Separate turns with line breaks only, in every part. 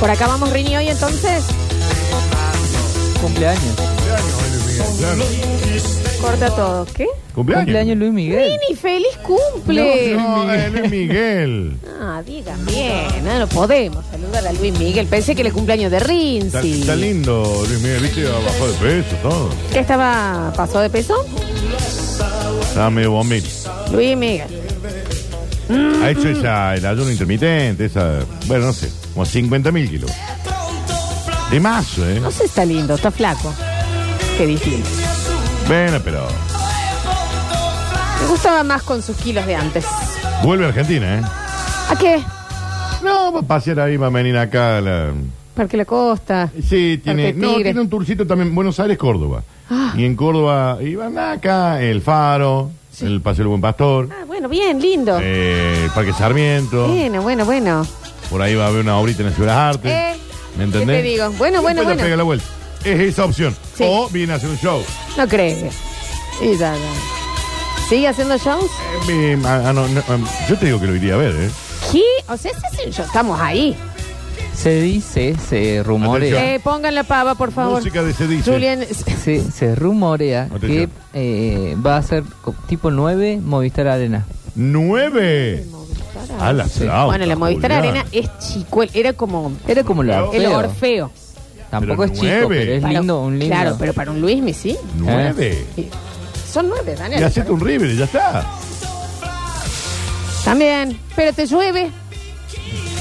Por acá vamos, Rini, hoy entonces.
Cumpleaños.
Corta todo. ¿Qué?
¿Cumpleaños?
Cumpleaños Luis Miguel.
Rini, feliz cumple.
No, no, es Luis Miguel.
Ah, digan bien. Ah, No, no podemos saludar a Luis Miguel. Pensé que era el cumpleaños de
Está,
Rinzi.
está lindo Luis Miguel, viste, abajo de peso, todo.
¿Qué estaba? ¿Pasó de peso?
Dame vomito.
Luis Miguel.
Ha hecho esa, el ayuno intermitente, esa, bueno, no sé, como 50 mil kilos. De más, ¿eh?
No sé, está lindo, está flaco. Qué distinto.
Bueno, pero
Me gustaba más con sus kilos de antes.
vuelve a Argentina, ¿eh?
¿A qué?
No, va a pasear ahí, va a venir acá. a La...
Parque La Costa.
Sí, tiene,
Parque
no,
Tigre. Ah.
tiene un turcito también, Buenos Aires, Córdoba. Y en Córdoba, y van acá, el Faro, el Paseo del Buen Pastor,
Ah, bueno, bien, lindo.
eh, el Parque Sarmiento.
Bueno, bueno, bueno.
Por ahí va a haber una horita en la Ciudad de las Artes.
Eh,
¿Me entendés?
¿qué te digo? Bueno,
Después
bueno,
la
bueno.
pega la vuelta. Es esa opción.
Sí.
O viene a hacer un show.
No creo. Y ya, ya. ¿Sigue haciendo shows?
Eh, mi- ah, ah, no, no, ah, yo te digo que lo iría a ver, ¿eh?
¿Qué? O sea, sí, sí, yo- estamos ahí.
Se dice, se rumorea.
Eh, pongan la pava, por favor.
Música de Sedice.
Julián.
Se, se rumorea que
Atención.
eh, va a ser co- tipo 9 Movistar Arena.
¡Nueve! A Ah, la flauta,
Bueno, la Movistar
Julián.
Arena es chico. Era como
Era como el Orfeo.
el Orfeo.
Tampoco
Pero
es chico,
nueve.
pero es
Para-
lindo, un lindo.
Claro, pero para un Luismi sí.
¡Nueve!
Sí. Son nueve,
Y
Daniel.
hacete un river y ya está.
También. Pero te llueve.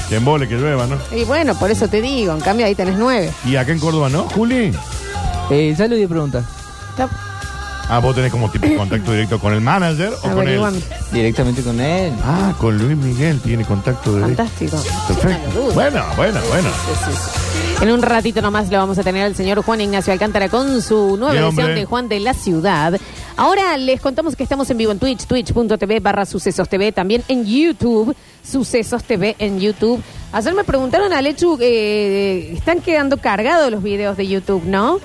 Que embole, que llueva, ¿no?
Y bueno, por eso te digo. En cambio, ahí tenés nueve.
Y acá en Córdoba, ¿no, Juli?
Eh, ya le voy a preguntar.
Está-
Ah, vos tenés como tipo contacto directo con el manager o con
averiguame.
él.
Directamente con él.
Ah, con Luis Miguel tiene contacto directo.
Fantástico. Sí, no lo
Perfecto.
dudo.
Bueno, bueno, bueno.
En un ratito nomás lo vamos a tener al señor Juan Ignacio Alcántara con su nueva
Sí,
edición
hombre.
de Juan de la Ciudad. Ahora les contamos que estamos en vivo en Twitch, twitch.tv barra sucesos TV, también en YouTube, sucesos TV en YouTube. Ayer me preguntaron a Lechu, eh, están quedando cargados los videos de YouTube, ¿no?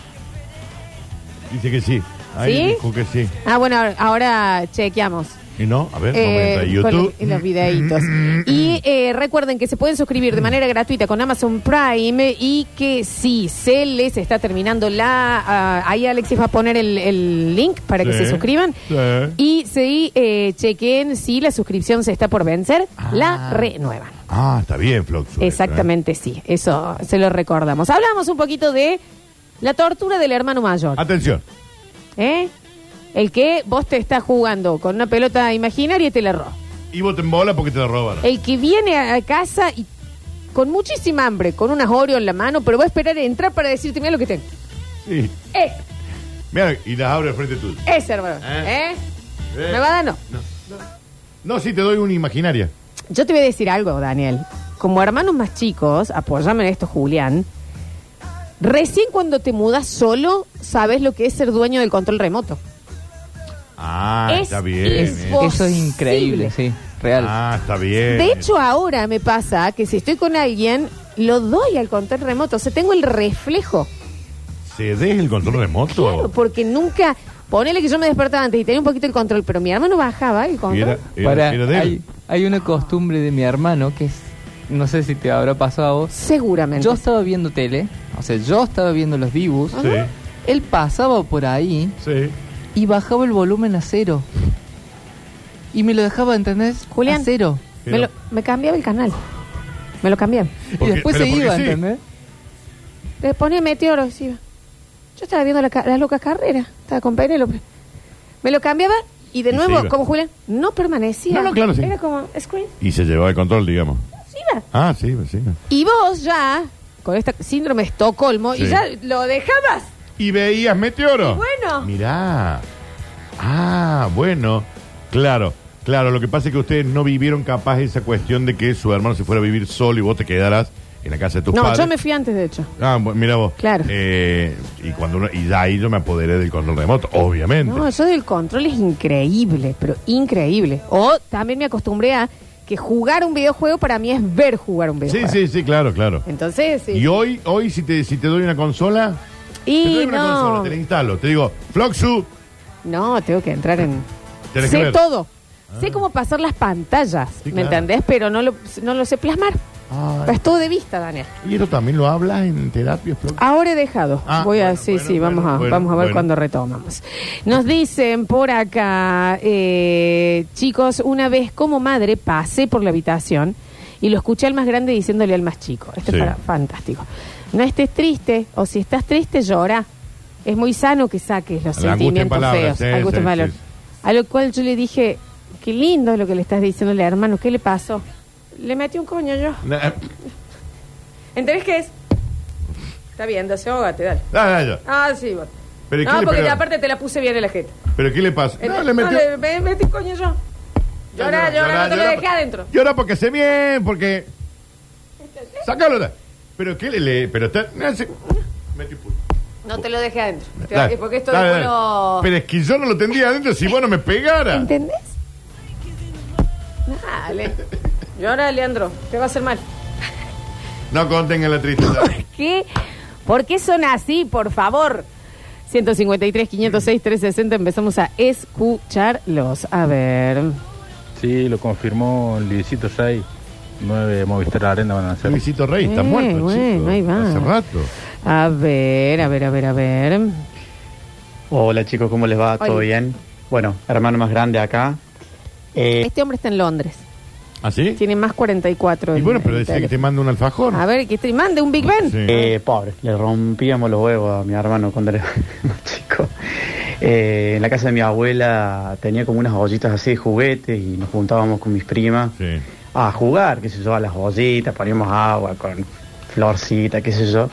Dice que sí. Ahí
¿Sí?
dijo que sí.
Ah, bueno, ahora chequeamos.
¿Y no? A ver,
Eh,
comenta ahí,
con
YouTube.
los- los videitos. Y eh, recuerden que se pueden suscribir de manera gratuita con Amazon Prime y que si se les está terminando la... ah, ahí Alexis va a poner el, el link para que
Sí,
se suscriban.
sí.
Y si eh, chequen si la suscripción se está por vencer, la renuevan.
Ah, está bien, Flox.
Exactamente,
¿eh?
sí. Eso se lo recordamos. Hablamos un poquito de la tortura del hermano mayor.
Atención.
¿eh? El que vos te estás jugando con una pelota imaginaria y te la robas.
Y vos te embola porque te la robaron.
El que viene a a casa y con muchísima hambre, con unas Oreo en la mano, pero va a esperar a entrar para decirte, mira lo que tengo.
Sí.
Eh,
Mira, y las abre al frente tuyo.
ese hermano.
Eh.
¿Eh? ¿Me va a dar? No.
No, sí, te doy una imaginaria.
Yo te voy a decir algo, Daniel. Como hermanos más chicos, apoyame en esto, Julián. Recién cuando te mudas solo, sabes lo que es ser dueño del control remoto.
Ah,
Es
está bien.
is-
eh.
Posible.
Eso es increíble, sí. Real.
Ah, está bien.
De hecho, ahora me pasa que si estoy con alguien, lo doy al control remoto. O sea, tengo el reflejo.
¿Se deja el control
Claro,
remoto?
porque nunca. Ponele que yo me despertaba antes y tenía un poquito el control, pero mi hermano bajaba el
Y
control.
Era, era-
Para-
era de él.
hay, hay una costumbre de mi hermano que es, no sé si te habrá pasado a vos.
Seguramente.
Yo estaba viendo tele, o sea, yo estaba viendo los dibujos.
Sí,
Él pasaba por ahí
sí.
y bajaba el volumen a cero. Y me lo dejaba, ¿entendés?
Julián.
A cero.
me, lo- me cambiaba el canal. Me lo cambiaba.
Porque-
y después
pero
se
porque
iba,
sí.
¿entendés?
Le ponía meteoros. sí. Yo estaba viendo la, ca- las locas carreras. Estaba con Penélope. Me lo cambiaba y de
Y
nuevo,
se iba.
como Julián, no permanecía.
No, no, claro, sí.
Era como screen.
Y se llevaba el control, digamos.
se iba.
Ah, sí, sí.
Y vos ya, con esta síndrome de Estocolmo, y
Sí.
ya lo dejabas.
¿Y veías meteoro?
Y bueno.
Mirá. Ah, bueno. Claro, claro. Lo que pasa es que ustedes no vivieron capaz esa cuestión de que su hermano se fuera a vivir solo y vos te quedaras en la casa de tus
No,
padres.
yo me fui antes, de hecho.
Ah, bu- mira vos.
Claro.
Eh, y cuando uno- y ya ahí yo me apoderé del control remoto, obviamente.
No, eso del control es increíble, pero increíble. O también me acostumbré a que jugar un videojuego para mí es ver jugar un
sí,
videojuego.
sí, sí, claro, claro.
Entonces, sí.
Y hoy, hoy si te, si te doy una consola, te doy
y
una consola,
no,
te la instalo, te digo, Floxu,
no, tengo que entrar en...
Tenés que
sé
ver. Ah.
todo. Sé cómo pasar las pantallas,
Sí,
¿me
claro.
entendés? Pero no lo, no lo sé plasmar.
Ay.
Es todo de vista, Daniel.
Y esto también lo hablas en terapia, Flor.
Ahora he dejado.
Ah,
Voy a
bueno,
sí,
bueno,
sí, vamos
bueno,
a
bueno,
vamos a ver
bueno.
cuándo retomamos. Nos dicen por acá, eh, chicos, una vez como madre pasé por la habitación y lo escuché al más grande diciéndole al más chico. Esto
Sí.
es para- fantástico. No estés triste o si estás triste llora. Es muy sano que saques los
La angustia en
sentimientos
palabras,
feos.
sí,
angustia en
sí,
valor.
sí.
A lo cual yo le dije, qué lindo es lo que le estás diciéndole, hermano, ¿qué le pasó? Le metí un coño yo.
Na-
¿Entendés qué es? Está bien, te dale.
Ah, ah, ya.
Ah, sí, vos.
Pero, ¿y qué
no,
le
porque
pegaba?
aparte te la puse bien en la jeta.
¿Pero qué le pasa?
Ent-
No, le metió...
Eh, No, me metí coño yo. Llora, llora, no te lo dejé
por-
adentro.
Llora porque sé bien, porque. Sácalo. da. Pero qué le. le- pero está. no, sí. Metí un puño.
No te lo dejé adentro. Te-
Dale,
porque esto
dale,
después
dale.
lo...
Pero es que yo no lo tendría adentro si vos no me pegara.
¿Entendés? Dale. Llora, Leandro. Te va a hacer mal.
No contengan la tristeza.
¿Qué? ¿Por qué son así? Por favor. 153, 506, 360. Empezamos a escucharlos. A ver.
Sí, lo confirmó Luisito Rey. Nueve Movistar Arena van a hacer.
Luisito Rey está
Eh,
muerto,
bueno,
chico.
ahí va.
Hace rato.
A ver, a ver, a ver, a ver.
Hola chicos, ¿cómo les va? ¿Todo
Hola.
bien? Bueno, hermano más grande acá. Eh,
Este hombre está en Londres.
¿Ah, sí?
Tiene más 44.
Y
en-
bueno, pero
en
decía que
teléfono.
te manda un alfajor.
A ver, que te mande un Big Ben.
Sí.
eh, pobre, le rompíamos los huevos a mi hermano cuando era más chico. Eh, en la casa de mi abuela tenía como unas ollitas así de juguetes y nos juntábamos con mis primas
Sí.
a jugar, qué sé yo, a las ollitas, poníamos agua con florcita, qué sé yo.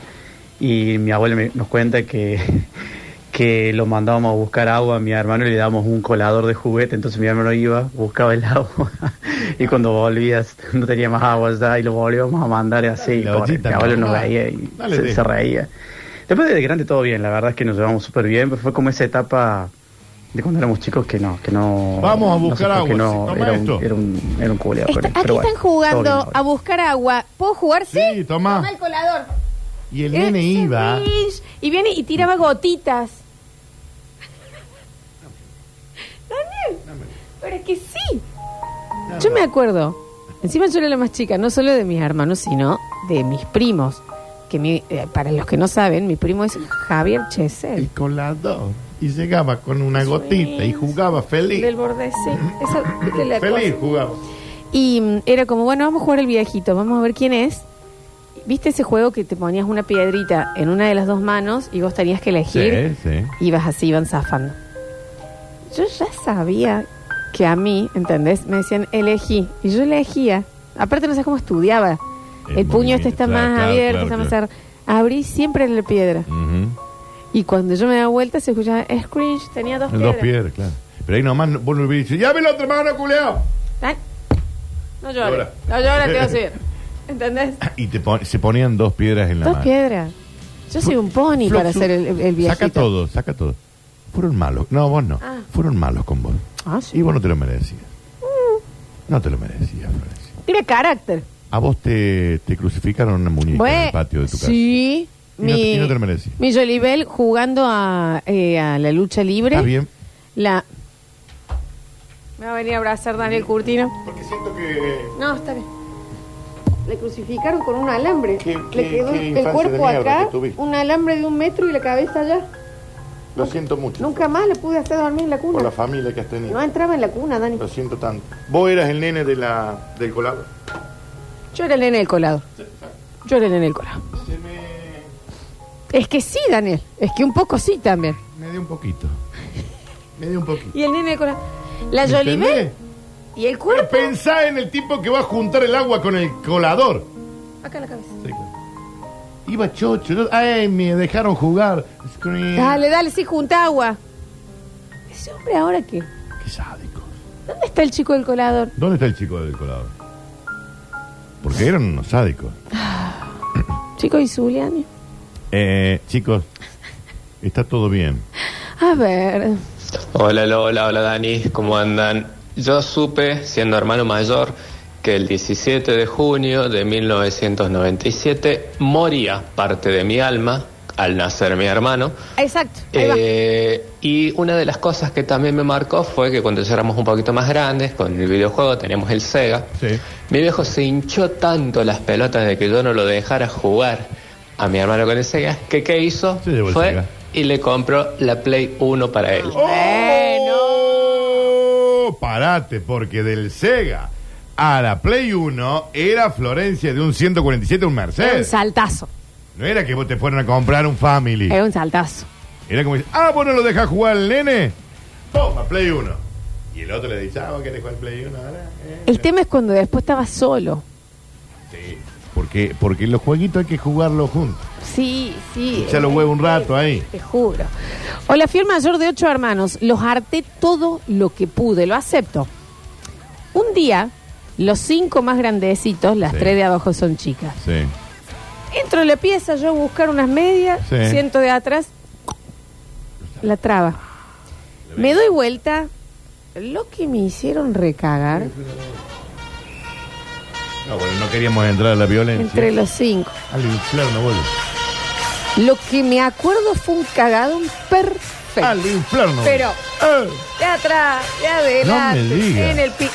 Y mi abuela me- nos cuenta que, que lo mandábamos a buscar agua a mi hermano y le dábamos un colador de juguete, entonces mi hermano iba, buscaba el agua y cuando volvías no tenía más agua ya y lo volvíamos a mandar así.
La
pobre,
ollita,
mi abuelo
no.
nos veía y
Dale,
se,
sí.
se reía. Después de grande todo bien, la verdad es que nos llevamos súper bien, pero fue como esa etapa de cuando éramos chicos que no, que no...
Vamos a
no sé
buscar
por qué
agua,
no,
sí, toma
era un-
esto.
era un, era un culiao con
Está-
él,
aquí
pero bueno,
están
todo
jugando
bien
a
ahora.
buscar agua. ¿Puedo jugar? Sí.
Sí, tomá.
el colador.
Y el
Eh,
nene
sí,
iba.
Grinch. Y viene y tiraba gotitas. Daniel. Pero es que sí. Yo me acuerdo. Encima yo era la más chica, no solo de mis hermanos, sino de mis primos. Que mi- eh, para los que no saben, mi primo es Javier Chesel.
El colador. Y llegaba con una gotita y jugaba
Del
feliz.
bordecito. Esa, de la
Feliz
cosa.
jugaba.
Y mm, era como, bueno, vamos a jugar el viejito, vamos a ver quién es. ¿Viste ese juego que te ponías una piedrita en una de las dos manos y vos tenías que elegir?
sí.
Ibas así, iban zafando. Yo ya sabía que a mí, ¿entendés? Me decían, elegí. Y yo elegía. Aparte no sé cómo estudiaba.
Es
el
muy
puño
bien,
este está
claro,
más
claro,
abierto,
claro,
está más
claro.
cerrado. Abrí siempre la piedra.
Ujú.
Y cuando yo me daba vuelta se escuchaba Screech, tenía dos
El
piedras.
dos piedras, claro. Pero ahí nomás no- vos no hubieras dicho, ya ve la otra mano, culeado.
Ay, No llores.
Llora.
No llores, te voy a decir. ¿Entendés?
Y te pon- se ponían dos piedras en la
Dos
mano.
piedras. Yo soy un pony
Floxu,
para hacer el, el el viajito.
Saca todo, saca todo. Fueron malos. No, vos no.
Ah.
Fueron malos con vos.
Ah, sí. Mm.
Y vos no te lo merecías. No te lo merecías, Florencia.
Tiene carácter.
A vos te, te crucificaron una muñeca en
Bueno,
el patio de tu casa.
Sí.
Y no- y no te lo merecí.
mi Jolibel jugando a, eh, a la lucha libre.
¿Está bien?
La... Me va a venir a abrazar Daniel Curtino.
Porque siento que...
No, está bien. Le crucificaron con un alambre.
Qué-
Le
qué-
quedó
qué
el
infancia
cuerpo
de mierda
acá,
que tuviste.
un alambre de un metro y la cabeza allá.
Lo siento mucho.
Nunca más le pude hacer dormir en la cuna.
familia que has tenido.
No entraba en la cuna, Dani.
siento tanto. Vos eras el nene de la, del colado.
Yo era el nene del colado. Yo era el nene del colado.
Se me...
Es que sí, Daniel. Es que un poco sí también.
Me dio un poquito. Me dio un poquito.
Y el nene del colado. La Jolibel
¿Entendés?
y el
Pero
cuerpo.
pensá en el tipo que va a juntar el agua con el colador.
Acá en la cabeza.
Iba chocho. yo- ay, me dejaron jugar. Scream.
Dale, dale, sí, junta agua. Ese hombre ahora qué.
Qué sádico.
¿Dónde está el chico del colador?
¿Dónde está el chico del colador? Porque eran unos sádicos.
Chico y Zuliani.
Eh, chicos, está todo bien.
A ver.
Hola Lola, hola Dani, ¿cómo andan? Yo supe, siendo hermano mayor, que el 17 de junio de 1997 moría parte de mi alma al nacer mi hermano.
Exacto. ahí va.
Eh, y una de las cosas que también me marcó fue que cuando ya éramos un poquito más grandes, con el videojuego teníamos el Sega,
Sí.
mi viejo se hinchó tanto las pelotas de que yo no lo dejara jugar a mi hermano con el Sega, que qué hizo
Se llevó el
fue
Sega.
y le compró la Play 1 para él.
Bueno. ¡Oh! Parate, porque del Sega a la Play 1 era Florencia de un 147 un
Era un
Mercedes.
saltazo.
No era que vos te fueran a comprar un Family.
Era un saltazo.
Era como, ah, vos no lo dejas jugar el nene. Toma, Play 1. Y el otro le dice, ah, vos querés jugar Play 1 ahora. eh.
El tema es cuando después estaba solo.
Sí. Porque, porque los jueguitos hay que jugarlos juntos.
Sí, sí.
Ya lo huevo un rato ahí.
Te juro. Hola, fui el mayor de ocho hermanos. Los harté todo lo que pude, lo acepto. Un día, los cinco más grandecitos, las
Sí.
tres de abajo son chicas.
Sí.
Entro en la pieza, yo a buscar unas medias,
Sí.
siento de atrás, la traba. Me doy vuelta, lo que me hicieron recagar
No, bueno, no queríamos entrar a la violencia.
entre los cinco.
Al infierno, boludo.
Lo que me acuerdo fue un cagadón perfecto.
Al infierno.
Pero-
Eh.
De atrás, de adelante,
No me diga.
en el pi.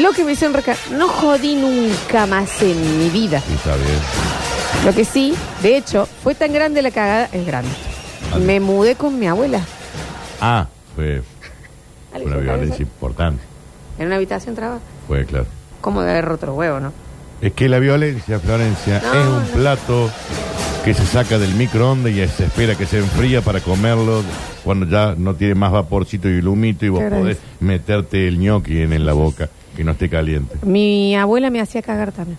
Lo que me hicieron recagar, no jodí nunca más en mi vida.
Y está bien.
Lo que sí, de hecho, fue tan grande la cagada, es grande.
Vale.
Me mudé con mi abuela.
Ah, fue
Algo
una
que
violencia
parece-
importante.
En una habitación traba.
Fue claro.
¿Cómo de haber roto los huevos, no?
Es que la violencia, Florencia,
No,
es un
no.
plato que se saca del microondas y se espera que se enfría para comerlo cuando ya no tiene más vaporcito y humito y vos
Qué
podés meterte el ñoqui en, en la boca que no esté caliente.
Mi abuela me hacía cagar también.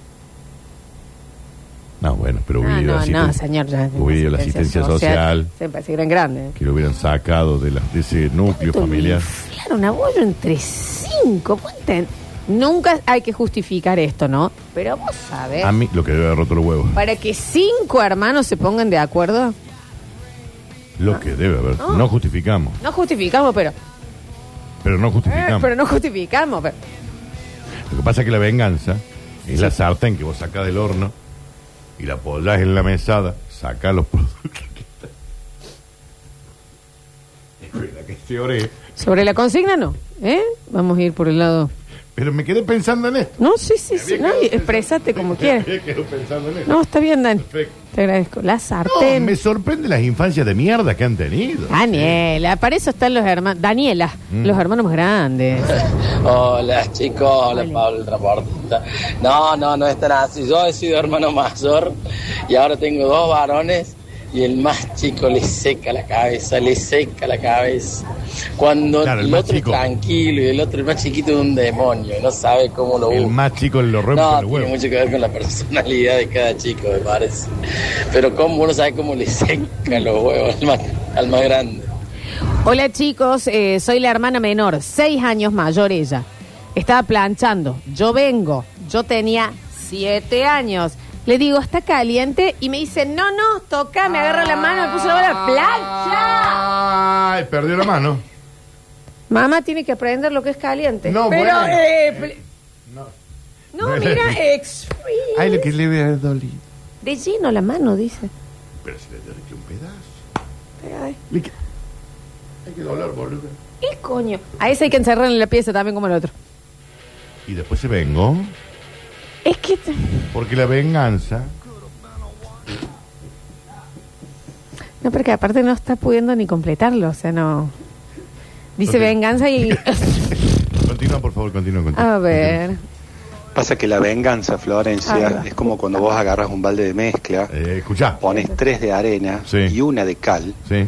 No, bueno, pero hubiera
Ah,
ido a
no, no,
asisten-
señor. ya-
hubiera ido a la asistencia social,
Se me parece que eran grandes.
que lo hubieran sacado de, la- de ese núcleo
¿eh? Esto me
familiar.
inflaron a bollo entre cinco. ¿vos entendés? Nunca hay que justificar esto, ¿no? Pero vos sabés.
A mí lo que debe haber roto los huevos.
Para que cinco hermanos se pongan de acuerdo.
Lo que debe haber.
No.
No justificamos,
No justificamos, pero.
pero no
eh,
justificamos.
pero no justificamos. pero-
Lo que pasa es que la venganza es la sartén que vos sacás del horno y la apoyás en la mesada, sacás los productos que están. Espera que se ore.
Sobre la consigna, no. ¿Eh? Vamos a ir por el lado.
Pero me quedé pensando en esto.
No, sí, sí, sí. No, y expresate como quieras.
Me quedé pensando en esto.
No, está bien, Dan.
Perfecto.
Te agradezco. La
No,
sartén. Ah,
me sorprende las infancias de mierda que han tenido.
Daniela, para eso están los hermanos. Daniela,
Mm.
los hermanos más grandes.
Hola chicos, hola Pablo el transportista. No, no, no es tan así. Yo he sido hermano mayor y ahora tengo dos varones y el más chico le seca la cabeza, le seca la cabeza. Cuando
Claro, el
el,
más
otro
chico.
es tranquilo y el otro el más chiquito es un demonio, no sabe cómo lo
El
busca.
más chico lo rompe
No,
el
tiene
huevo.
mucho que ver con la personalidad de cada chico, me parece. Pero cómo uno sabe cómo le seca los huevos al más- al más grande.
Hola chicos, eh, soy la hermana menor, seis años mayor ella. Estaba planchando, yo vengo, yo tenía siete años. Le digo, está caliente y me dice, no, no, toca, me agarra la mano, me puso la mano, plancha.
Ay, perdió la mano.
Mamá tiene que aprender lo que es caliente.
No,
Pero,
bueno.
eh, pl- no.
No.
mira, ex-
Ay, lo que le voy a dolido.
De lleno la mano, dice.
Pero se le derritió un pedazo.
Pero, ay,
Le que- Hay que doblar, boludo.
¿Qué coño? A ese hay que encerrar en la pieza también como el otro.
Y después se vengó.
Es que...
Porque la venganza.
No, porque aparte no está pudiendo ni completarlo, o sea, no. Dice
Ok.
venganza y.
Continúa, por favor, continúa. continúa.
A ver.
Pasa que la venganza,
Ahí
Florencia,
va.
es como cuando vos agarras un balde de mezcla,
Eh, escuchá.
pones tres de arena
Sí.
y una de cal,
Sí.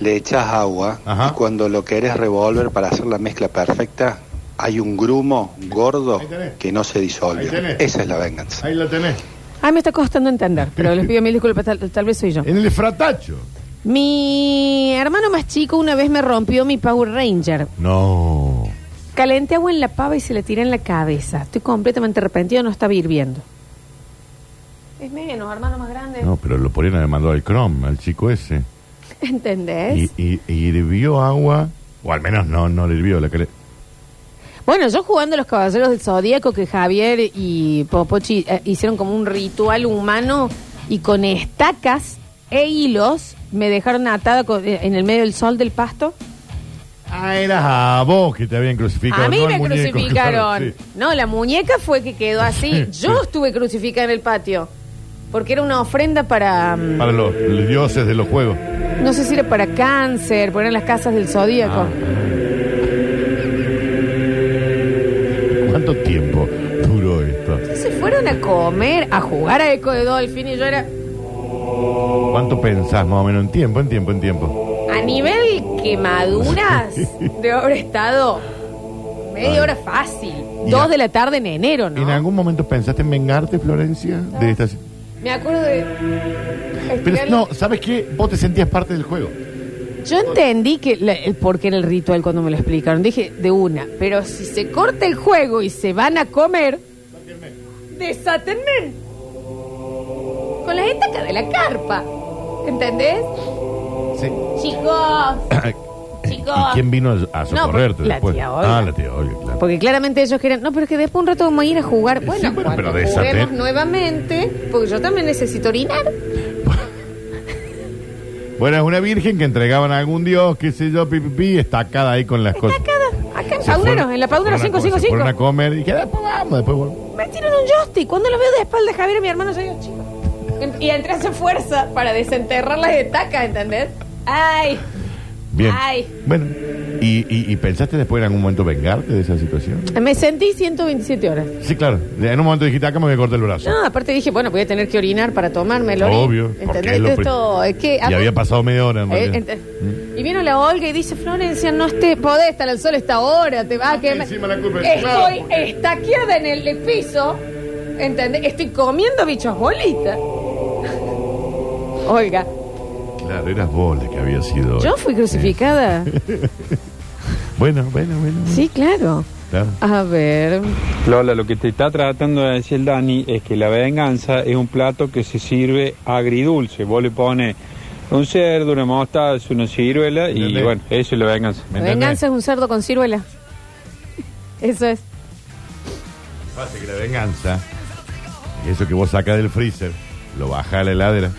le echas agua
Ajá.
y cuando lo querés revolver para hacer la mezcla perfecta, hay un grumo gordo
Ahí tenés.
que no se disolvió.
Ahí tenés.
Esa es la venganza.
Ahí la tenés.
Ah, me está costando entender, pero les pido mil disculpas, tal, tal vez soy yo.
En el fratacho.
Mi hermano más chico una vez me rompió mi Power Ranger.
No.
Calenté agua en la pava y se la tiré en la cabeza. Estoy completamente arrepentido, no estaba hirviendo. Es menos, hermano más grande.
No, pero lo ponían, me mandó al Chrome, al chico ese.
¿Entendés?
Y, y- y hirvió agua. O al menos no, no le hirvió. La cale-
Bueno, yo jugando a los Caballeros del Zodíaco, que Javier y Popochi eh, hicieron como un ritual humano y con estacas e hilos me dejaron atada con- eh, en el medio del sol del pasto.
Ah, era a vos que te habían crucificado.
A mí
no al
me
muñeco,
crucificaron.
claro, sí.
No, la muñeca fue que quedó así.
Sí,
Yo
sí.
estuve crucificada en el patio. Porque era una ofrenda para. mm,
Para los, los dioses de los juegos.
No sé si era para cáncer, poner las casas del zodíaco.
Ah. ¿Cuánto tiempo duró esto?
Se fueron a comer, a jugar a Eco de Dolphin y yo era.
¿Cuánto pensás más o menos en tiempo, en tiempo, en tiempo?
A nivel quemaduras de haber estado media hora fácil.
Y
Dos
a-
de la tarde en enero,
¿En
¿no?
algún momento pensaste en vengarte, Florencia? De esta...
Me acuerdo de.
Pero no, ¿sabes qué? Vos te sentías parte del juego.
Yo entendí que la- el por qué era el ritual cuando me lo explicaron. Dije, de una. Pero si se corta el juego y se van a comer. ¡Desátenme! Con las estacas de la carpa. ¿Entendés?
Sí.
Chicos. Chicos.
¿Y quién vino a, a
No,
socorrerte
por- la
después?
tía Olga.
Ah, la tía Olga, claro.
Porque claramente ellos querían. No, pero es que después un rato vamos a ir a jugar.
Sí,
Bueno,
bueno,
cuando
pero
juguemos
desate.
nuevamente, porque yo también necesito orinar. Pues-
Bueno, es una virgen que entregaban a algún dios, qué sé yo, pipipi, estacada ahí con las cosas.
Acá en
Se
Paunero,
fueron-
en la Paunero
fueron a co- se Fueron a
555.
comer y dije, después vamos, después volvemos.
Me tiran un joystick. Cuando lo veo de espalda, Javier, mi hermano, yo digo, chico. En- Y entré a hacer fuerza para desenterrar las estacas, ¿entendés? ¡Ay!
Bien.
Ay.
Bueno, y, y- y pensaste después en algún momento vengarte de esa situación?
Me sentí 127 horas.
Sí, claro. En un momento dijiste, acá me voy a cortar el brazo.
No, aparte dije, bueno, voy a tener que orinar para tomármelo.
Obvio. porque
¿Entendés?
es lo pri-
Esto es que.
Y había pasado media hora. en
Eh,
realidad.
ent- Y vino la Olga y dice, Florencia, no te podés estar al sol esta hora, te vas a quemar.
Encima la culpa es- claro,
Estoy
porque-
estaqueada en el piso, ¿entendés? Estoy comiendo bichos bolitas. Olga,
Claro, eras vos la que había sido.
yo fui crucificada.
Bueno, bueno, bueno.
Sí, claro.
Claro.
A ver.
Lola, lo que te está tratando de decir Dani es que la venganza es un plato que se sirve agridulce. Vos le pones un cerdo, una mostaza, una ciruela y
¿Entendés?
bueno, eso es la venganza.
¿Me
La
entendés?
venganza es un cerdo con ciruela. Eso es.
Pasa que la venganza, eso que vos sacas del freezer, lo baja a la heladera,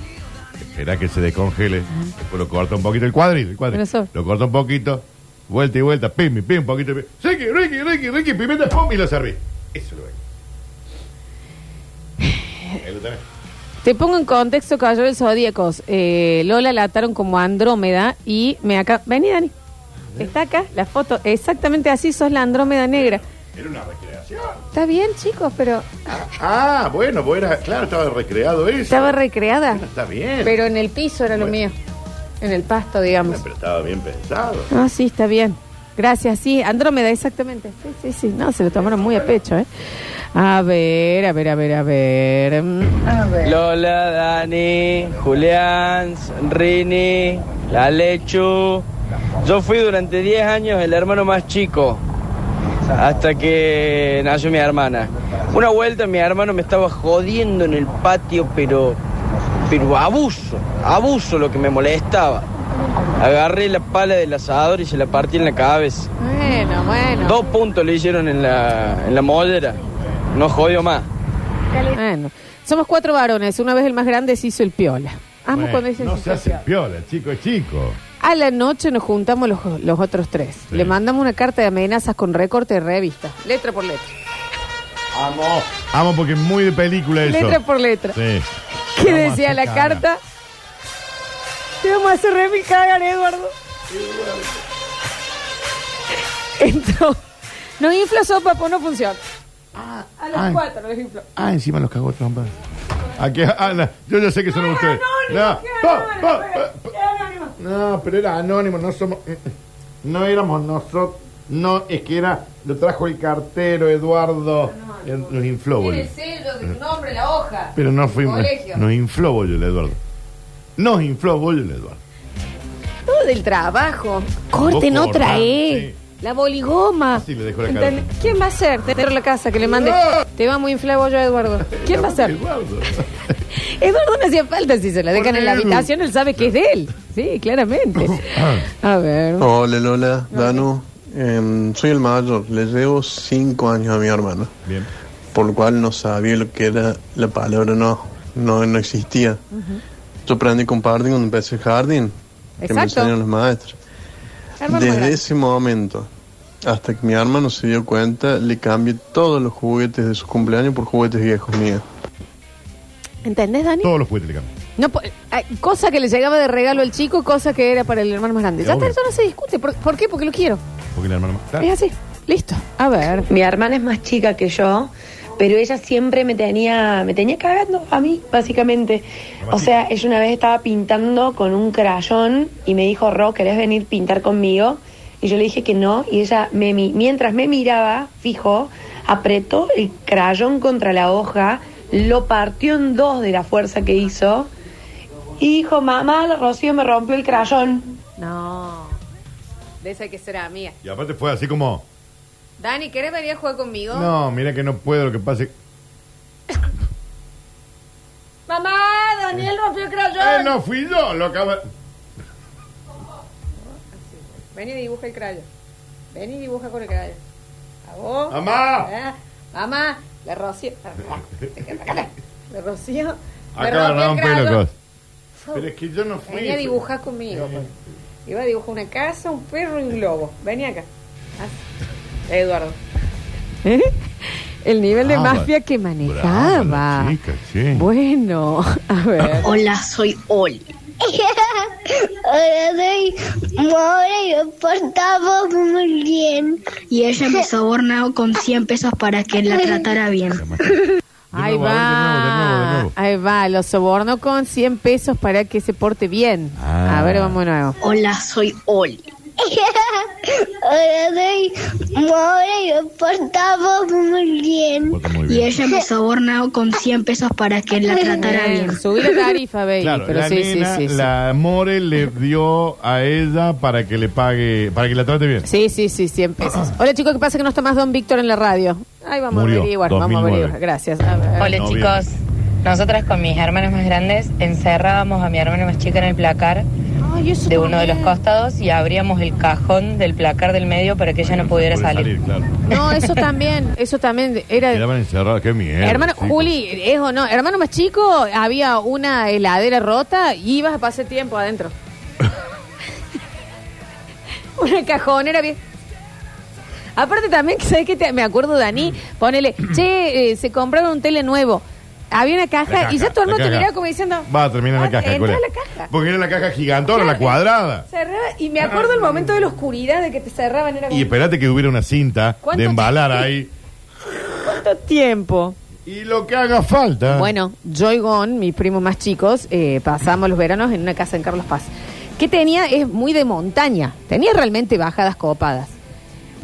espera que se descongele, después lo corta un poquito el cuadril, el cuadril.
Pero eso-
Lo corta un poquito, vuelta y vuelta, pim, pim, un poquito, pim. Ricky, Ricky, Ricky, Ricky, pimienta, pum, y lo serví. Eso lo ven. Ahí lo tenés.
Te pongo en contexto, Caballero del Zodíacos. Eh, Lola la ataron como Andrómeda y me acá. Vení, Dani. Está acá la foto. Exactamente así sos la Andrómeda negra.
Era una recreación.
Está bien, chicos, pero
Ah, bueno, vos era, claro, estaba recreado eso.
estaba recreada.
Bueno, Está bien.
Pero en el piso era lo
Bueno.
mío. En el pasto, digamos.
Pero estaba bien pensado.
Ah, sí, está bien. Gracias, sí. Andrómeda, exactamente. Sí, sí, sí. No, se lo tomaron muy a pecho, ¿eh? A ver, a ver, a ver, a ver. Mm.
Lola, Dani, Julián, Rini, la Lechu. Yo fui durante 10 años el hermano más chico, hasta que nació mi hermana. Una vuelta mi hermano me estaba jodiendo en el patio, pero, pero abuso, abuso lo que me molestaba. Agarré la pala del asador y se la partí en la cabeza.
Bueno, bueno.
Dos puntos le hicieron en la, en la mollera. No jodió más.
Bueno, somos cuatro varones. Una vez el más grande se hizo el piola. Amo
Bueno,
cuando dicen
no se
se hizo el
hace
piola.
piola, el chico es chico.
A la noche nos juntamos los, los otros tres.
Sí.
Le mandamos una carta de amenazas con recorte de revista. Letra por letra.
Amo. Oh, Amo porque es muy de película eso.
Letra por letra.
Sí.
¿Qué
Vamos a
decía
hacer
la
cagar.
carta? Te vamos a hacer re mil cagar, Eduardo. Entró. Nos infla sopa, pues no funciona. A las
ay.
cuatro nos infló.
Ah, encima los cagó trompa. Aquí, ah, no, yo ya sé que son ustedes.
Era
No, Oh,
anónimo,
pa,
qué
pa,
anónimo,
pa,
qué anónimo.
pa. oh. no, pero era anónimo, no somos. eh, No éramos nosotros. No, es que era. Lo trajo el cartero Eduardo. Él Nos infló,
Tiene
boludo.
el sello de tu nombre, la hoja.
Pero no fuimos.
Colegio.
Nos infló, boludo, el Eduardo. Nos infló, boludo, el Eduardo.
Todo del trabajo. Corten
Vos
otra
cortá,
E.
sí.
La boligoma.
Así le dejo la
¿Entendés?
carota.
¿Quién va a ser? Dentro de la casa que le mande. Te va muy inflado yo, Eduardo. ¿Quién va a ser?
Eduardo.
Eduardo no hacía falta si se la dejan
Por
en la
Edu.
habitación, él sabe que es de él. Sí, claramente. A ver.
Hola Lola, Danu. Em, soy el mayor, le llevo cinco años a mi hermana,
Bien.
por lo cual no sabía lo que era la palabra no, no, no existía. Yo aprendí con Parting cuando empecé el jardín, que me
Exacto.
enseñaron los maestros.
Hermano
Desde
grande.
ese momento, hasta que mi hermano se dio cuenta, le cambié todos los juguetes de su cumpleaños por juguetes viejos míos.
¿Entendés, Dani?
Todos los juguetes le cambian.
No, po- ay, cosa que le llegaba de regalo al chico, cosa que era para el hermano más grande.
Sí,
Ya
obvio.
está, eso no se discute. ¿Por, por qué? Porque lo quiero.
Porque el hermano más. Claro.
Es así. Listo. A ver.
Mi hermana es más chica que yo, pero ella siempre me tenía, me tenía cagando a mí,
Eh,
básicamente. O sea, ella una vez estaba pintando con un crayón y me dijo, Ro, ¿querés venir pintar conmigo? Y yo le dije que no, y ella, me, mi- mientras me miraba, fijo, apretó el crayón contra la hoja, lo partió en dos de la fuerza que hizo, y dijo, mamá, la Rocío me rompió el crayón.
No. De esa hay que ser amiga.
Y aparte fue así como,
Dani, ¿querés venir a jugar conmigo?
no, mira que no puedo lo que pase.
Mamá, Daniel rompió el crayón.
Eh, no fui yo, lo acaba.
Vení y dibuja el crayo. Vení y dibuja con el crayo. ¿A vos?
¡Mamá!
¿Eh? Mamá, le rocío. Le rocío. Me
Acaba de
rompió
romper
el
la
crayón.
cosa. Pero es que yo no fui.
Vení a dibujar conmigo. papá. Iba a dibujar una casa, un perro y un globo. Vení acá. Haz. Eduardo. El nivel de
Brava,
mafia que
brava Ah, la
manejaba.
chica, sí.
Bueno, a ver.
Hola, soy Ol.
Ahora soy Mora y nos portamos muy bien.
Y ella me sobornó con 100 pesos para que la tratara bien.
Ahí
nuevo, a ver, de nuevo, de nuevo, de
va.
nuevo.
Ahí va. Lo soborno con 100 pesos para que se porte bien.
Ah.
A ver, vamos de nuevo.
Hola, soy Ol.
Ahora soy Mora y nos portamos muy bien.
Y ella me sobornó con 100 pesos para que la tratara bien.
Bien, Subí la tarifa, baby.
Claro,
pero
la
sí, sí,
nena,
sí, sí.
la More le dio a ella para que le pague, para que la trate bien.
Sí, sí, sí, 100 pesos. Hola chicos, ¿qué pasa que no está más Don Víctor en la radio? Ahí vamos
Murió,
a averiguar, vamos a
2009.
averiguar. Gracias. A ver.
Hola
No, bien.
chicos, nosotras con mis hermanas más grandes encerrábamos a mi hermana más chica en el placar de uno de los costados y abríamos el cajón del placar del medio para que ella no pudiera
Puede
salir.
claro.
No, eso también, eso también era...
Quedaban encerrados, qué mierda.
Hermano,
chicos.
Juli, ¿es o no? Hermano más chico, había una heladera rota y ibas a pasar tiempo adentro. una cajonera bien. Aparte también, ¿sabes qué? Te- me acuerdo, Dani, ponele, che, eh, se compraron un tele nuevo. Había una caja,
La caja,
y ya
la
tu hermano te
caja.
miraba como diciendo... "Ah,
Va a terminar en la caja,
Entra
Cole.
la caja.
Porque era la caja gigantona, la cuadrada.
Cerraba, y me acuerdo el momento de la oscuridad de que te cerraban. Era como,
Y espérate que hubiera una cinta
¿Cuánto
de embalar
tiempo?
ahí.
¿Cuánto tiempo?
Y lo que haga falta.
Bueno, yo y Gon, mis primos más chicos, eh, pasamos los veranos en una casa en Carlos Paz. Que tenía, es muy de montaña. Tenía realmente bajadas copadas.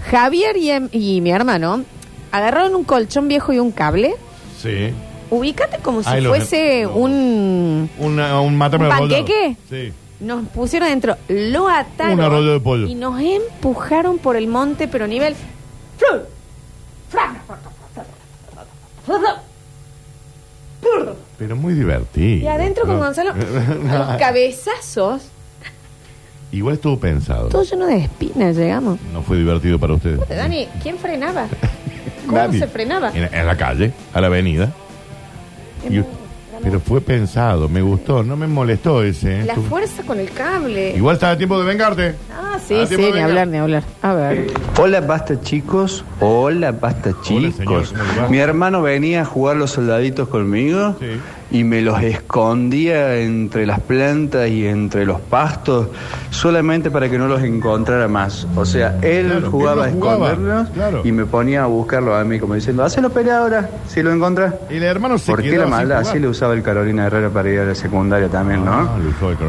Javier y, em- y mi hermano agarraron un colchón viejo y un cable.
Sí.
Ubícate como si
Ay, lo-
fuese
no.
un.
Una, un mátame
¿Un
arrollado.
panqueque?
Sí.
Nos pusieron adentro, lo ataron.
Un arroyo de pollo.
Y nos empujaron por el monte, pero nivel. ¡Flu! ¡Fra!
Pero muy divertido.
Y adentro con
¿no?
Gonzalo, a los cabezazos,
Igual estuvo pensado.
todo lleno de espinas, llegamos.
No fue divertido para ustedes.
Dani, ¿quién frenaba? ¿Cómo
Nadie.
se frenaba?
En, en la calle, a la avenida. Y- pero fue pensado, me gustó, no me molestó ese. ¿eh?
La
Estuvo-
fuerza con el cable.
Igual estaba a tiempo de vengarte.
Ah, sí,
Ah, tiempo
sí,
de
ni
vengar.
hablar, ni hablar. A ver.
Hola, basta chicos. Hola, basta chicos. Mi hermano venía a jugar los soldaditos conmigo y me los escondía entre las plantas y entre los pastos solamente para que no los encontrara más. O sea, él
Claro,
jugaba a
él los jugaba,
esconderlos
claro.
y me ponía a buscarlo a mí como diciendo, hazlo pelea ahora, si lo encontrás.
Y el hermano se
¿Por qué
quedó
la
sin
maldad?
jugar. Ah,
Así le usaba el Carolina Herrera para ir a la secundaria también, ¿no?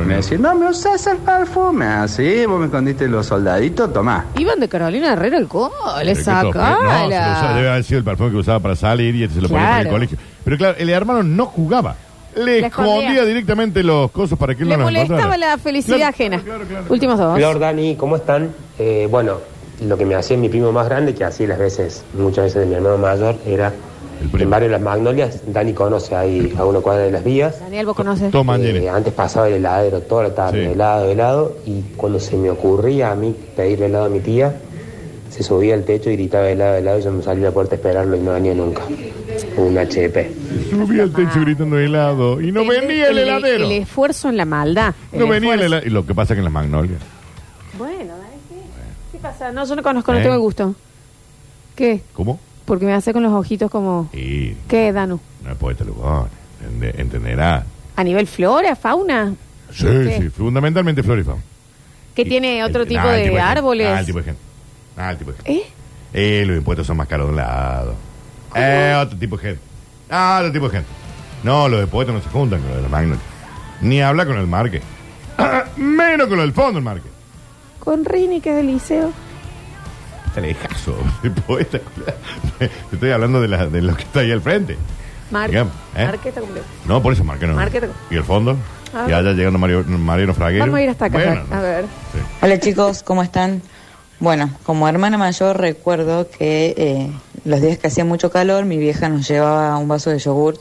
me decía, no me usás el perfume. Así, vos me escondiste los soldaditos, tomá.
Iban de Carolina Herrera al cole,
Pero qué tope. No, se lo usaba-
sacala.
debe haber sido el perfume que usaba para salir y este se lo ponía en
Claro.
el colegio. Pero claro, el hermano no jugaba. Le
Le escondía.
escondía directamente los cosas para que él
Le
no los encontrara.
molestaba la felicidad
Claro,
ajena. Últimos dos.
Flor, Dani, ¿cómo están? Eh, bueno, lo que me hacía mi primo más grande, que hacía las veces, muchas veces de mi hermano mayor, era en barrio Las Magnolias. Dani conoce ahí a una cuadra de las vías.
Daniel, vos conoces.
Eh, antes pasaba el heladero toda la tarde, helado, helado, y cuando se me ocurría a mí pedirle helado a mi tía, se subía al techo y gritaba helado, helado, y yo me salía a la puerta a esperarlo y no venía nunca. un HP.
Subí al techo gritando helado y no venía el heladero.
El esfuerzo en la maldad.
No venía el
esfuerzo.
heladero. Y lo que pasa es que en las magnolias.
Bueno, ¿eh? ¿Qué? ¿qué pasa? No, yo no conozco, no
¿Eh?
tengo el gusto. ¿Qué?
¿Cómo?
Porque me hace con los ojitos como...
Y
¿Qué, Danu?
no es poeta Lugones. Ende- Entenderá.
¿A nivel flora, fauna?
Sí,
¿Qué?
sí, fundamentalmente flor y fauna.
¿Que tiene otro
El-
tipo
nah, el
de
gente.
árboles?
Nah, el tipo de gente. Nah, el tipo de gente.
¿Eh?
Eh, los impuestos son más caros de un lado. Eh, otro tipo de gente. Ah, otro tipo de gente. No, los de poetas no se juntan con los de los magnos. Ni habla con el marque. Menos con lo del fondo del marque.
Con Rini, que es del liceo.
Está lejazo, de poeta. Te estoy hablando de, la, de lo que está ahí al frente.
Mar
Digamos, ¿eh?
Marqueta completo.
No, por eso marque no.
Marque te-
¿Y el fondo?
Ah.
Y allá llegando Mario, Mariano Fraguero.
Vamos a ir hasta acá.
Bueno,
a ver. Hola chicos, ¿cómo están? Bueno, como hermana mayor recuerdo que eh, los días que hacía mucho calor mi vieja nos llevaba un vaso de yogur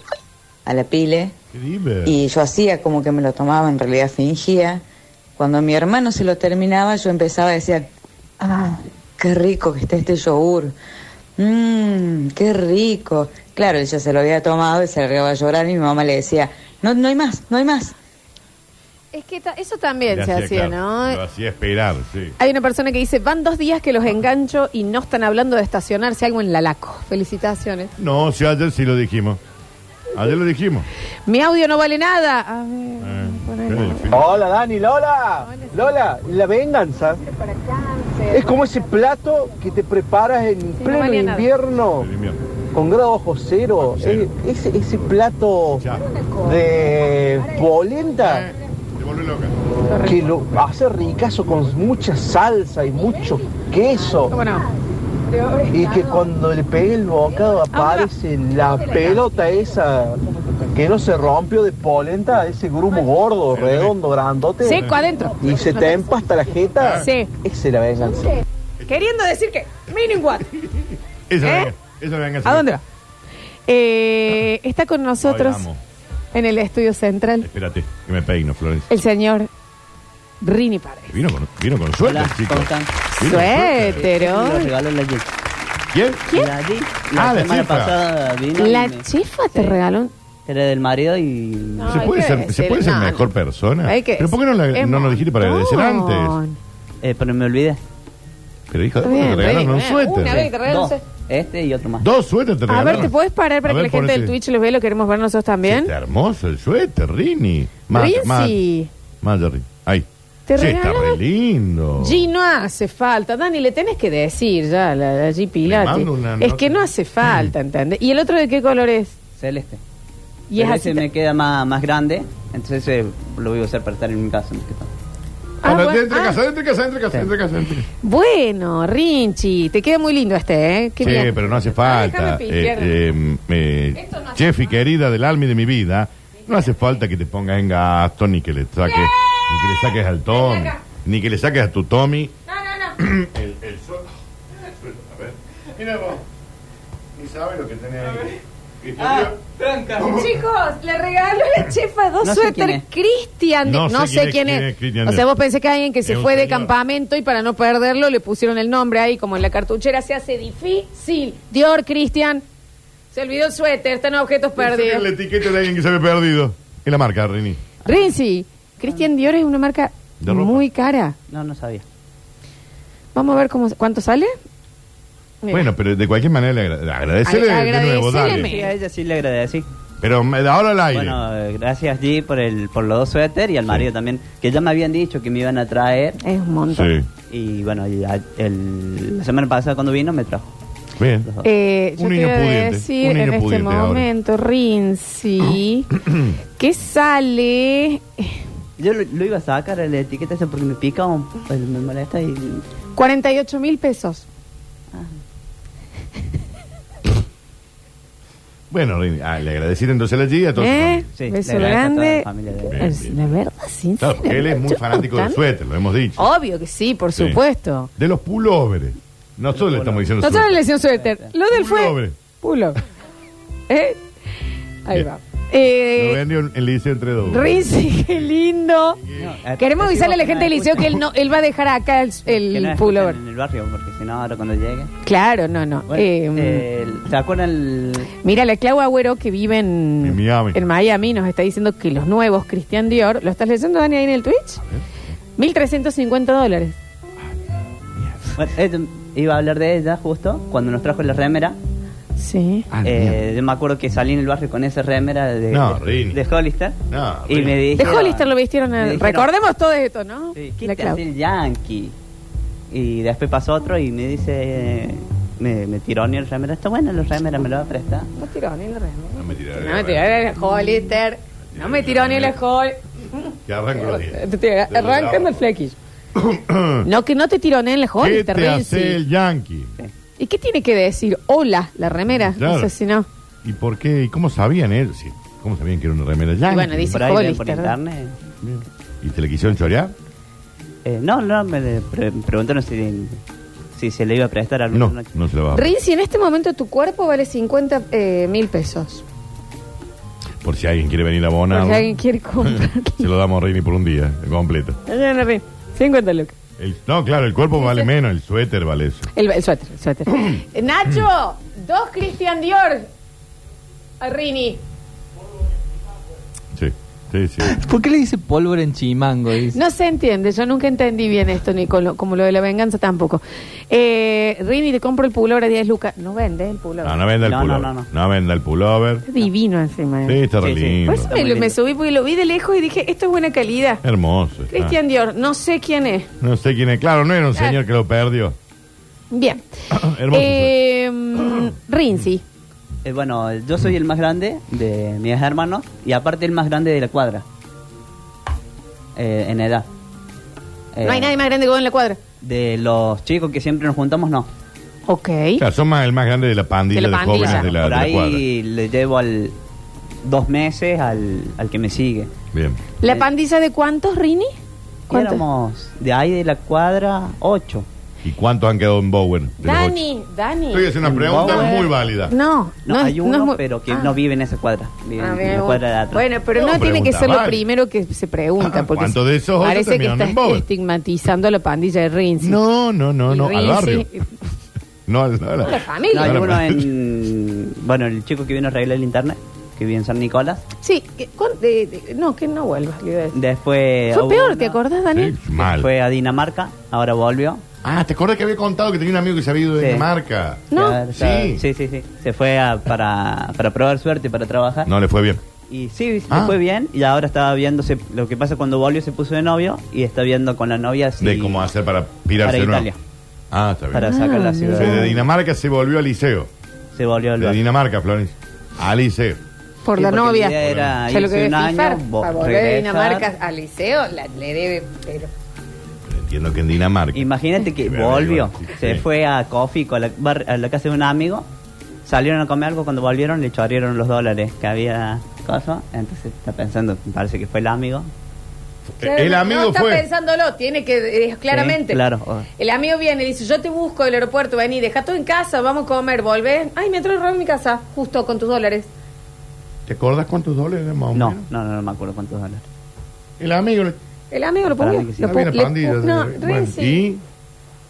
a la pile y yo hacía como que me lo tomaba, en realidad fingía. Cuando mi hermano se lo terminaba yo empezaba a decir, ah, qué rico que está este yogur, mmm, qué rico. Claro, ella se lo había tomado y se largaba a llorar y mi mamá le decía, no, no hay más, no hay más.
Es que ta- eso también
le
se hacía,
claro, Lo
¿no?
hacía esperar, sí.
Hay una persona que dice, van dos días que los engancho y no están hablando de estacionarse algo en la laco. Felicitaciones.
No, sí, ayer sí lo dijimos. Ayer lo dijimos.
Mi audio no vale nada. A
Eh,
ver, ponelo.
Oh.
Hola Dani, Lola. Lola, la venganza. Es como ese plato que te preparas en
no
pleno
valía nada.
invierno, con grado bajo cero.
cero.
Eh, Ese, ese plato de polenta que lo hace ricazo con mucha salsa y mucho queso. Y que cuando le pegue el bocado aparece la pelota esa que no se rompió de polenta, ese grumo gordo, redondo, grandote.
Seco adentro.
Y se te empasta la
Ah.
jeta.
Sí.
Esa es la venganza.
Queriendo decir que, miren what.
Esa
¿Eh?
es la venganza.
¿A dónde va? Eh, está con nosotros
Ay, amo.
en el estudio central
Espérate, que me peino, Florencia.
el señor Rini Párez.
Vino con, vino con suerte,
Hola,
chicos.
¿cómo están?
Vino con suéter.
Suétero.
Lo regaló la Jess.
¿Quién?
La Jess. La
Ah, la
semana
chefa.
pasada vino. y
La
me-
chefa te regaló un-
Era del marido y.
¿Se puede, ser, ¿se puede ser mejor persona?
Hay que
¿Pero por qué no, la-
es
no nos dijiste para agradecer antes?
montón.
Eh, pero me olvidé.
Pero hijo, de
Está
puta, te
bien,
regalaron un
bien. Una vez
suéter.
te regalaron un
Dos.
suéter.
Este y otro más.
Dos suéteres te
A
regalaron.
ver, ¿te puedes parar para
A ver,
que la gente
ponete.
del Twitch los vea? Lo queremos ver nosotros también.
Está hermoso el suéter, Rini. Más, más,
Rinzi,
más, Jerry. Ahí.
Te
sí, está re
regalaron-
lindo.
G no hace falta. Dani, le tenés que decir ya a la, la G Pilate.
mando una
Es
nota.
que no hace falta, ¿entendés? ¿Y el otro de qué color es?
Celeste.
Y es
Pero
así
ese me queda más, más grande, entonces ese lo voy a usar para estar en mi casa. más que todo.
Ah,
Ahora,
bueno,
entre
ah.
casa, entre casa, entre casa, entre casa, entre casa.
Bueno, Rinchi, te queda muy lindo este, ¿eh? Qué
Sí,
bien. Ah,
pero no hace falta.
déjame piquear.
Eh, eh, eh, Chefi, querida del alma y de mi vida, no hace falta que te pongas en gasto, ni que le saques, ni que le saques al Tommy, ni que le saques a tu Tommy. El, el sol. A ver. Mira vos. Ni sabe lo que tenés ahí. Y te
Ah,
digo-
Chicos, le regaló la chefa dos
No sé
suéter Cristian. de-
No
No,
sé
sé quién,
quién es
es.
Cristian
o sea,
de-
vos pensé que alguien que se
Es un
fue de
señor.
campamento y para no perderlo le pusieron el nombre ahí, como en la cartuchera. Se hace difícil. Dior Cristian. Se olvidó el suéter, están objetos
Tiene la
perdidos.
etiqueta de alguien que se había perdido. Es la marca, Rini.
Rinzi, Cristian Dior es una marca
De ropa.
muy cara.
No, no sabía.
Vamos a ver cómo, cuánto sale. Mira.
Bueno, pero de cualquier manera le agra- agradecele
Ag-
de nuevo,
Sí,
dale.
a ella sí le agradecí.
Pero me- ahora al aire.
Bueno, eh, gracias G por, el, por los dos suéter y al marido también, que ya me habían dicho que me iban a traer.
Es un montón.
Sí.
Y bueno, y a- el- la semana pasada cuando vino me trajo.
Bien.
Ah.
Eh, yo
Un
te
niño
voy a
pudiente,
decir
un niño
en este
pudiente ahora.
momento, Rinzi, que sale
Yo lo, lo iba a sacar a la etiqueta esa porque me pica un- pues, me molesta y...
48 mil pesos.
Bueno, Rini, ah, le agradeciste entonces a la G a todos.
¿Eh?
Sí, le agradezco a
Beso
toda la
grande.
familia
Es la verdad, sincera.
Claro, porque él es muy
Yo Oh.
fanático del
también.
suéter, lo hemos dicho.
Obvio que sí, por
Sí.
supuesto.
De los pulóveres. Nosotros le estamos diciendo
Nosotros
suéter.
le decimos suéter. Lo del fue.
Pullover.
Pulo. ¿Eh? Ahí
Bien.
va.
Lo
Eh,
vendió en el liceo entre dos.
Rizzi, qué lindo.
Eh,
Queremos avisarle a la gente del liceo que él no, él va a dejar acá el, el
Que no escuchen
pullover.
En el barrio, porque si no, ahora cuando llegue.
Claro, no, no.
Bueno,
Eh,
eh, ¿Se acuerdan el.?
Mira, la Clau Agüero que vive en, en Miami. nos está diciendo que los nuevos Cristian Dior, ¿lo estás leyendo, Dani, ahí en el Twitch? 1.350 dólares.
Bueno, eh, iba a hablar de ella justo cuando nos trajo la remera.
Sí.
Eh, yo me acuerdo que salí en el barrio con esa remera de,
Ah, No,
de,
Rini.
de Hollister. y me
De
dijeron,
Hollister lo vistieron. a-
me dijeron,
Recordemos todo esto, ¿no?
¿Qué
La
te
Clau.
hace el yankee? Y después pasó otro y me dice. Me, me tiró ni el remera. Está bueno el remera, me lo va a prestar.
No tiró ni la remera.
No me tiró.
No me tiró ni el Hollister. No me tiró ni el Hollister.
Que arranco los dientes.
Arrancando el flequillo. No, que no te tironeen el
¿Qué
Hollister,
te hace
Rizzi.
el yankee?
¿Y qué tiene que decir? Hola, la remera.
Claro.
No sé si no.
¿Y por qué? ¿Y cómo sabían él? Sí, ¿Cómo sabían que era una remera
Y
yankee?
bueno, dice
Por ahí ven por
Hollister, ¿no?
internet.
¿Y te le quisieron chorear?
Eh, no, no, me le pre- preguntaron si, si se le iba a prestar a No,
no se lo va
Rinzi, en este momento tu cuerpo vale 50 eh, mil pesos.
Por si alguien quiere venir a
Por
Bona,
si alguien quiere comprar.
se lo damos a Rini por un día, completo.
Allá en la red, 50 lucas.
El- no, claro, el cuerpo vale menos, el suéter vale eso.
El, el suéter, el suéter. Eh, Nacho, dos Christian Dior. A Rini.
Sí, sí, sí.
¿Por qué le dice pólvora en chimango? Dice?
No se entiende, yo nunca entendí bien esto, ni con lo- como lo de la venganza tampoco. Eh, Rini, te compro el pullover a 10 lucas. No vende eh, el pullover.
No, no venda el pullover. No, venda el pullover.
Es divino encima. eh.
Sí, está re lindo.
Por eso me, me subí porque lo vi de lejos y dije, esto es buena calidad.
Ah. Hermoso. está.
Christian Dior, no sé quién es.
No sé quién es. Claro, no era un
Claro.
señor que lo perdió.
Bien.
Hermoso.
Eh, mm, Rinzi.
Eh, bueno, yo soy el más grande de mis hermanos y aparte el más grande de la cuadra. Eh, en edad. Eh,
No hay nadie más grande que vos en la cuadra.
De los chicos que siempre nos juntamos, no.
Ok.
Claro, son más, el más grande de la pandilla de,
la
jóvenes de la,
Por
de la cuadra.
ahí le llevo al dos meses al, al que me sigue.
Bien.
¿La pandilla de cuántos, Rini? ¿Cuántos?
Éramos de ahí de la cuadra ocho.
¿Y cuántos han quedado en Bowen? De los ocho.
Dani, Dani.
Estoy haciendo una pregunta muy válida.
No,
No,
no es-
hay
no
uno,
es muy-
pero que
Ah.
no vive en esa cuadra. Vive
Ah,
en
bien,
la cuadra de atrás.
Bueno, pero
No,
no, tiene que
pregunta,
ser lo
vale.
primero que se pregunta. Porque
¿cuántos
se-
Ah, de esos ocho
Parece que
terminaron
estás
en Bowen?
estigmatizando a la pandilla de Rinzi.
No, no, no, no, al barrio. No, al- no, a
La familia.
No, hay
No,
uno
la-
en. Bueno, el chico que vino a arreglar el internet, que vive en San Nicolás.
Sí, que- con- de- de- no, que no vuelvas. le iba a decir.
Después.
Fue
hubo
peor,
uno
¿te acordás, Dani?
que Fue a Dinamarca, ahora volvió.
Ah, ¿te acuerdas que había contado que tenía un amigo que se había ido de
Sí.
Dinamarca?
Claro, está-
Sí.
sí, sí, sí. Se fue a- para, para probar suerte, para trabajar.
No le fue bien.
Y sí, se
Ah.
fue bien. Y ahora estaba viéndose. Lo que pasa cuando volvió se puso de novio y está viendo con la novia. si-
De cómo hacer para pirarse
Para
de nuevo.
Italia.
Ah, está bien.
Para sacar la ciudad.
O sea, de Dinamarca se volvió al liceo.
Se volvió al
De
barrio.
Dinamarca, Florencia. Al liceo.
Por
Sí,
la
porque
novia.
la idea era
Ya lo
irse
que debe
un año,
fifar,
vo-
para volver de
regresar.
¿eh? Dinamarca al liceo, la- le debe. Pero...
Entiendo que en Dinamarca.
Imagínate que
me
volvió,
digo, sí,
se
sí.
fue a Coffee a la, bar- a la casa de un amigo, salieron a comer algo, cuando volvieron le chorrieron los dólares que había cosa, entonces está pensando, parece que fue el amigo.
Claramente, no está pensándolo, tiene que. es claramente.
Sí, claro. oh.
El amigo viene y dice: Yo te busco del aeropuerto, vení, deja todo en casa, vamos a comer, volvés. Ay, me trae en mi casa, justo con tus dólares.
¿Te acordás cuántos dólares más o
No,
menos?
no, no, no me acuerdo cuántos dólares.
El amigo. le-
El amigo lo
Para
ponía.
mí que sí.
lo
Ah,
pon-
viene
le
pandilla,
pon-
sí,
no,
sí.
re
Bueno,
sí.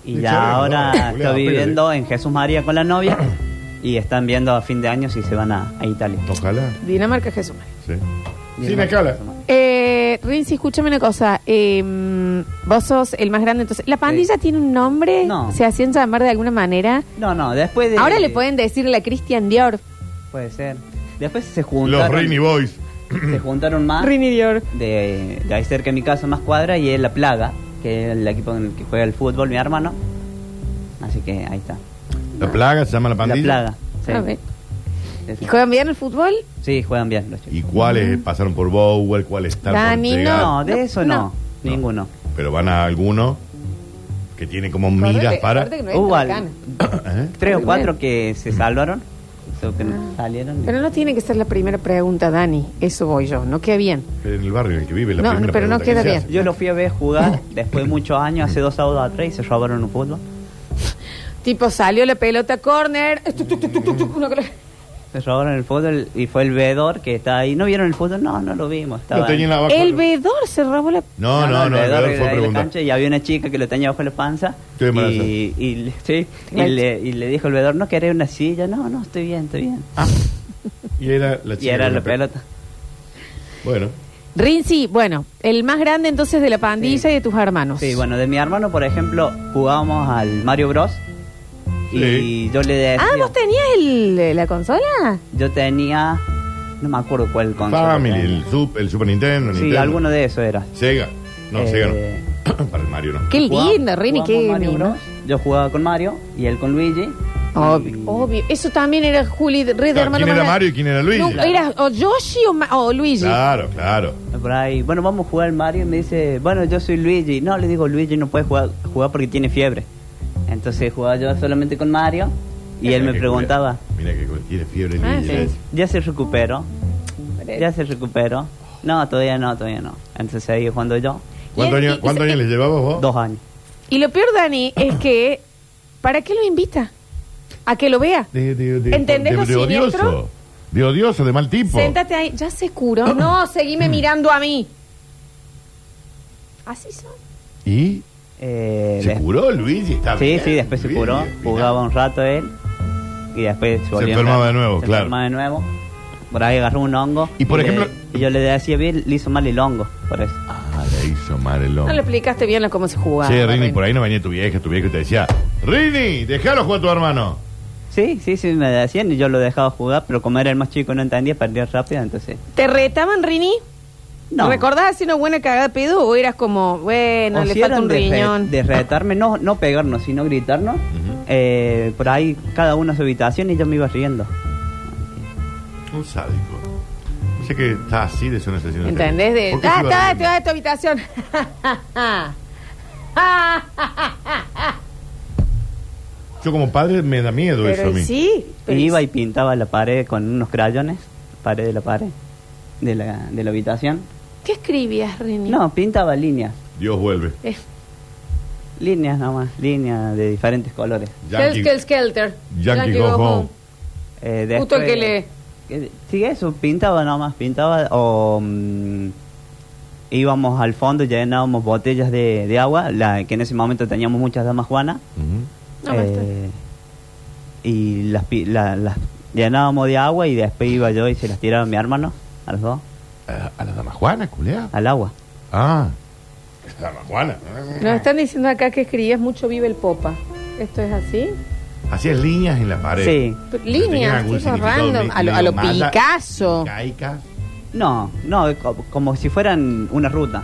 Y
Le
ya
chorrearon los dólares,
ahora
boludo,
está
apenas,
viviendo en Jesús María con la novia y están viendo a fin de año si se van a, a Italia.
Ojalá.
Dinamarca, Jesús.
Sí. Sin escala.
Eh, Rinzi, escúchame una cosa. Eh, vos sos el más grande, entonces. ¿La pandilla tiene un nombre? ¿Se hacían llamar de alguna manera?
No, no, después de...
Ahora le pueden decir la Christian Dior.
Puede ser. Después se juntaron...
Los Rini Boys.
Se juntaron más.
Rini Dior.
De, de ahí cerca de mi casa, más cuadra, y es La Plaga, que es el equipo en el que juega el fútbol, mi hermano. Así que ahí está.
La plaga se llama la pandilla.
La
A
Plaga.
ver.
Sí.
¿Y juegan bien el fútbol?
Sí, juegan bien los chicos.
¿Y cuáles pasaron por Bower? ¿Cuáles están
Dani,
por llegar?
No, de eso no. Ninguno.
Pero van a alguno que tiene como miras para.
Hubo Uh, al-
¿Eh?
tres o cuatro que se salvaron. so que no salieron.
Pero no tiene que ser la primera pregunta, Dani. Eso voy yo. No queda bien.
Pero en el barrio en el que vive la
No,
primera
pero
pregunta
no
que
queda
se
bien.
hace.
Yo lo fui a ver jugar después de muchos años, hace dos sábados atrás, y se robaron un fútbol.
Tipo, salió la pelota corner. Tuc, tuc, tuc, tuc, tuc, tuc, una cola-
Se robaron el fútbol y fue el veedor que está ahí. ¿No vieron el fútbol? No, no lo vimos. Estaba
Lo tenía en la vaca.
El vedor se robó la.
No, no, no,
el
el
veedor
veedor fue a
era ahí en la
preguntar.
cancha y había una chica que lo tenía bajo la panza.
Estoy embarazada.
y, y le- sí, y, le, y le dijo el veedor, ¿no querés una silla? No, no, estoy bien, estoy bien.
Ah. Y era la
y
chica
era
con
la
pe-
pelota.
Bueno.
Rinzi, bueno, el más grande entonces de la pandilla y de tus hermanos.
Sí, bueno, de mi hermano, por ejemplo, jugábamos al Mario Bros. Y yo le decía...
Ah, ¿vos tenías el- la consola?
Yo tenía... No me acuerdo cuál consola.
Family,
tenía.
el, Sup- el Super Nintendo,
Sí,
Nintendo.
alguno de esos era.
Sega. No,
Eh,
Sega no. Para el Mario no.
Qué
Jugaba-
lindo, Rini, qué
jugamos Mario
lindo.
Bros. Yo jugaba con Mario y él con Luigi.
Obvio. Obvio. Eso también era Juli Red de hermano.
¿Quién era
más
Mario y quién era
grande.
Luigi?
No, era o Yoshi o, Ma- o Luigi.
Claro, claro.
Por ahí, bueno, vamos a jugar al Mario y me dice, bueno, yo soy Luigi. No, le digo, Luigi no puede jugar, jugar porque tiene fiebre. Entonces jugaba yo solamente con Mario y él me
Qué
preguntaba,
cura. Mira que tiene fiebre ¿eh?
Ah,
Luigi.
sí. ¿ya se recuperó? ¿Ya se recuperó? No, todavía no, todavía no. Entonces ahí cuando yo.
¿Cuántos años, cuántos años les llevabas vos?
Dos años.
Y lo peor, Dani, es que. ¿Para qué lo invita? A que lo vea.
De, de, de,
¿Entendés
de-
lo
de
siniestro?
odioso. De odioso, de mal tipo. Mm.
Séntate ahí. Ya se curó. No, seguime mirando a mí. Así son.
¿Y? ¿Se
Eh, des-
curó Luigi? Está
Sí,
bien,
sí, después se
Luigi,
curó,
mirá.
jugaba un rato él y después se volvió a
enfermaba
enfermar.
de nuevo,
Se
claro.
enfermaba de nuevo. Por ahí agarró un hongo.
Y por
le-
ejemplo-
y yo le decía bien, le hizo mal el hongo, por eso.
Ah, le hizo mal el
No le
hombre.
explicaste bien lo- cómo se jugaba.
Che, Rini, por ahí no venía tu vieja, tu viejo y te decía, Rini, déjalo jugar a tu hermano.
Sí, sí, sí, me decían y yo lo dejaba jugar, pero como era el más chico no entendía, perdía rápido, entonces.
¿Te retaban, Rini? No. ¿Recordás hacer una buena cagada de pedo o eras como, bueno,
O
le
si
falta
eran
un
de re-
riñón?
De retarme, no, no pegarnos, sino gritarnos. eh, por ahí cada uno a su habitación y yo me iba riendo.
Un sádico. No sé que está así de su necesidad.
¿Entendés? De,
¿Por qué se
ah,
iba
está,
Rini?
te vas de tu habitación.
Yo como padre me da miedo eso a mí.
Pues sí. pero
Y iba y pintaba la pared con unos crayones, pared de la pared, de la, de la habitación.
¿Qué escribías, Rini?
No, pintaba líneas,
Dios vuelve.
Eh,
líneas nomás, líneas de diferentes colores.
Skelter, Skelter.
Yankee Go Home.
Eh,
Justo el
después-
que le...
Eh, Sí, eso, pintaba nomás, pintaba o mm, íbamos al fondo, llenábamos botellas de, de agua, la, que en ese momento teníamos muchas damas juanas,
No, basta.
eh, y las, pi- la- las llenábamos de agua y después iba yo y se las tiraba a mi hermano, a los dos,
A la dama Juana, culea.
al agua.
Ah. La dama Juana.
Nos están diciendo acá que escribías mucho Vive el Popa. ¿Esto es así?
Hacías líneas en la pared.
Sí.
Pero
Tenían
Líneas,
algún
cosas
significado
random.
me-
A lo, a
medio
lo
mala,
Picasso.
Caica.
No, no, co- como, si fueran una ruta.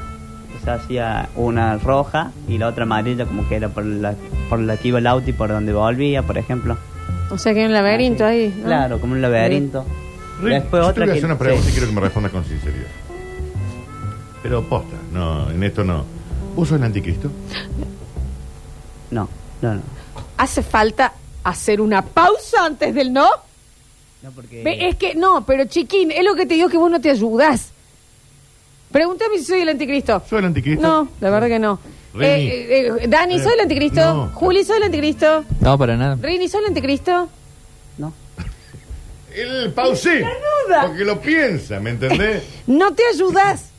O sea, hacía una roja y la otra amarilla como que era por la, por la que iba el auto y por donde volvía, por ejemplo.
O sea que hay un laberinto ahí. ¿no?
Claro, como un laberinto.
Rini,
Después
yo te
otra
voy a
que-
hacer una pregunta
sí.
y quiero que me respondas con sinceridad. Pero posta, no, en esto no. ¿Vos sos el anticristo?
No, no, no.
Hace falta hacer una pausa antes del no.
No, porque...
Ve, Es que no, pero chiquín, es lo que te digo que vos no te ayudás. Pregúntame si soy el anticristo.
¿Soy el anticristo?
No, la verdad que no.
Rini.
Eh, eh, eh, Dani, ¿soy el anticristo?
no.
Juli, ¿soy el anticristo?
No, para nada.
Rini, ¿soy el anticristo?
El pausé. Porque lo piensa, ¿me entendés?
No te ayudás.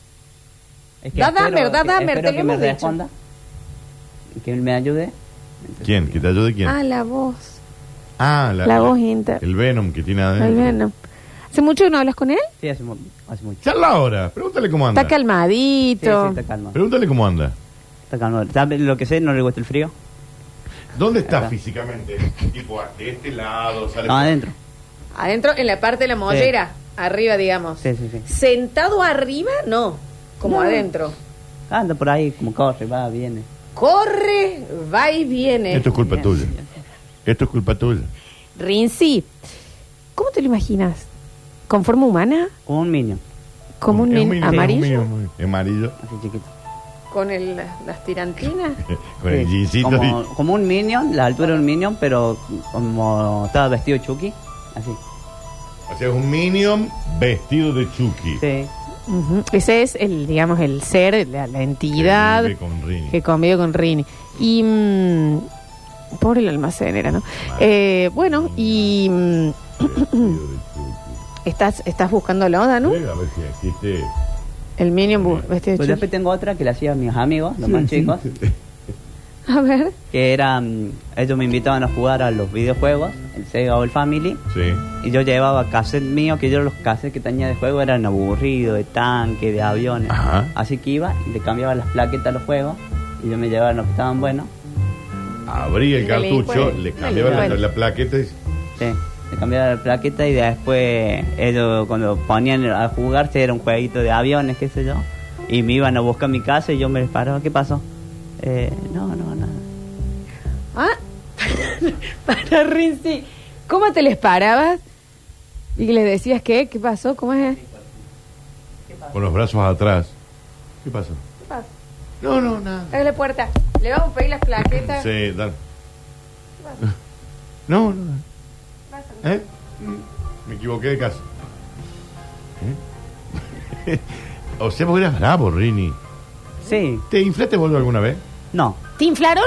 Es
Da Dahmer, da Dahmer, te
espero
lo
que me
hemos dicho.
responda. Que él me ayude.
¿Quién? ¿Que te ayude quién?
Ah, la voz.
Ah, la,
la voz inter.
El Venom que tiene adentro.
Ay, bueno. ¿Hace mucho que no hablas con él?
Sí, hace, mu- hace mucho.
Charla ahora, pregúntale cómo anda.
Está calmadito.
Sí, sí, está calmado.
Pregúntale cómo anda.
Está calmado. ¿Sabe lo que sé? ¿No le gusta el frío?
¿Dónde está
Acá.
físicamente? Tipo, de este lado, sale
No,
por-
adentro.
Adentro, en la parte de la mollera. Arriba, digamos.
Sí, sí, sí.
Sentado arriba, no. Como
No.
adentro.
Anda por ahí, como corre, va, viene.
Corre, va y viene.
Esto es culpa tuya. Esto es culpa tuya.
Rinzi, ¿cómo te lo imaginas? ¿Con forma humana?
Como un minion.
¿Como un, nin- amarillo?
Es amarillo.
Así chiquito.
¿Con el- las tirantinas?
Eh, Con el jeansito y-
Como, como un minion, la altura de un minion, pero como estaba vestido Chucky. Así.
O sea, es un Minion vestido de Chucky.
Sí.
Ujú. Ese es el, digamos, el ser, la, la entidad
Que vive con Rini.
que convive con Rini. Y mm, pobre el almacenera, ¿no? Eh, bueno, y mm, ¿Estás, estás buscándolo, Danu?
A ver si existe.
El Minion bu- vestido
Pues
de
después
chul.
tengo otra que la hacía mis amigos, los más chicos,
A ver.
que era, mm, ellos me invitaban a jugar a los videojuegos, el Sega o el Family,
Sí.
y yo llevaba cassette mío, que yo los cassettes que tenía de juego eran aburridos, de tanque, de aviones. Así que iba y le cambiaba las plaquetas a los juegos, y yo me llevaba los que estaban buenos.
Abría el cartucho,
Delincuente.
le cambiaba la,
Delincuente.
la plaqueta y.
Sí, le cambiaba la plaqueta y después ellos cuando ponían a jugarse era un jueguito de aviones, qué sé yo. Y me iban a buscar a mi casa y yo me paraba, ¿qué pasó? Eh, no, no, nada.
Ah, para Rinzi. ¿Cómo te les parabas? Y les decías qué, qué pasó, cómo es.
Con los brazos atrás. ¿Qué pasa? No, no, nada.
Abre la puerta. Le vamos a pedir las plaquetas.
Sí, dale. No, no. ¿Eh? Me equivoqué de casa. ¿Eh? o sea, vos eras bravo, Rini.
Sí.
¿Te inflaste vos alguna vez?
No.
¿Te inflaron?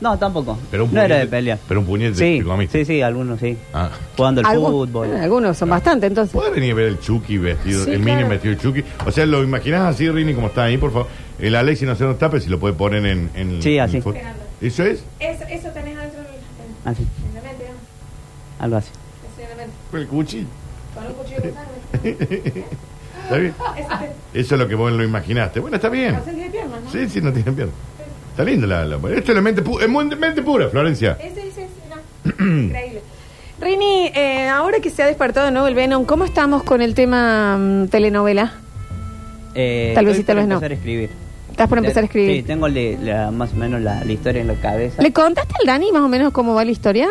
No, tampoco.
Pero un
no era
puñete-
de pelea.
Pero un puñete
Sí,
te comiste.
sí, sí, algunos sí.
Ah.
Jugando al
Algun-
fútbol.
Ah, Algunos son bastante, entonces.
¿Puede venir a ver el Chucky vestido,
Sí,
el mini
claro.
vestido de Chucky? O sea, ¿lo imaginas así, Rini, como está ahí, por favor? El Alexi no se nos tape si lo puede poner en... en
Sí,
en
así.
el fo- ¿Eso es?
Eso, eso tenés adentro de la
Así,
en la mente, digamos,
Ah, algo así.
eso en la mente.
Con el cuchillo.
Con un cuchillo de carne.
¿Está bien?
Eso te-
Eso es lo que vos lo imaginaste. Bueno, está bien.
no sentí de piernas, ¿no?
Sí, sí, no tiene pierna. Está linda la... la esto es la mente, pu- es mu- mente pura, Florencia.
Ese, ese, ese, no.
Increíble. Rini, eh, ahora que se ha despertado de nuevo el Venom, ¿cómo estamos con el tema mm, telenovela?
Eh,
Tal vez sí,
estoy
tal
por
vez no.
empezar a escribir.
Estás por empezar a escribir.
Sí, tengo le- la- más o menos la, la historia en la cabeza.
¿Le contaste al Dani más o menos cómo va la historia?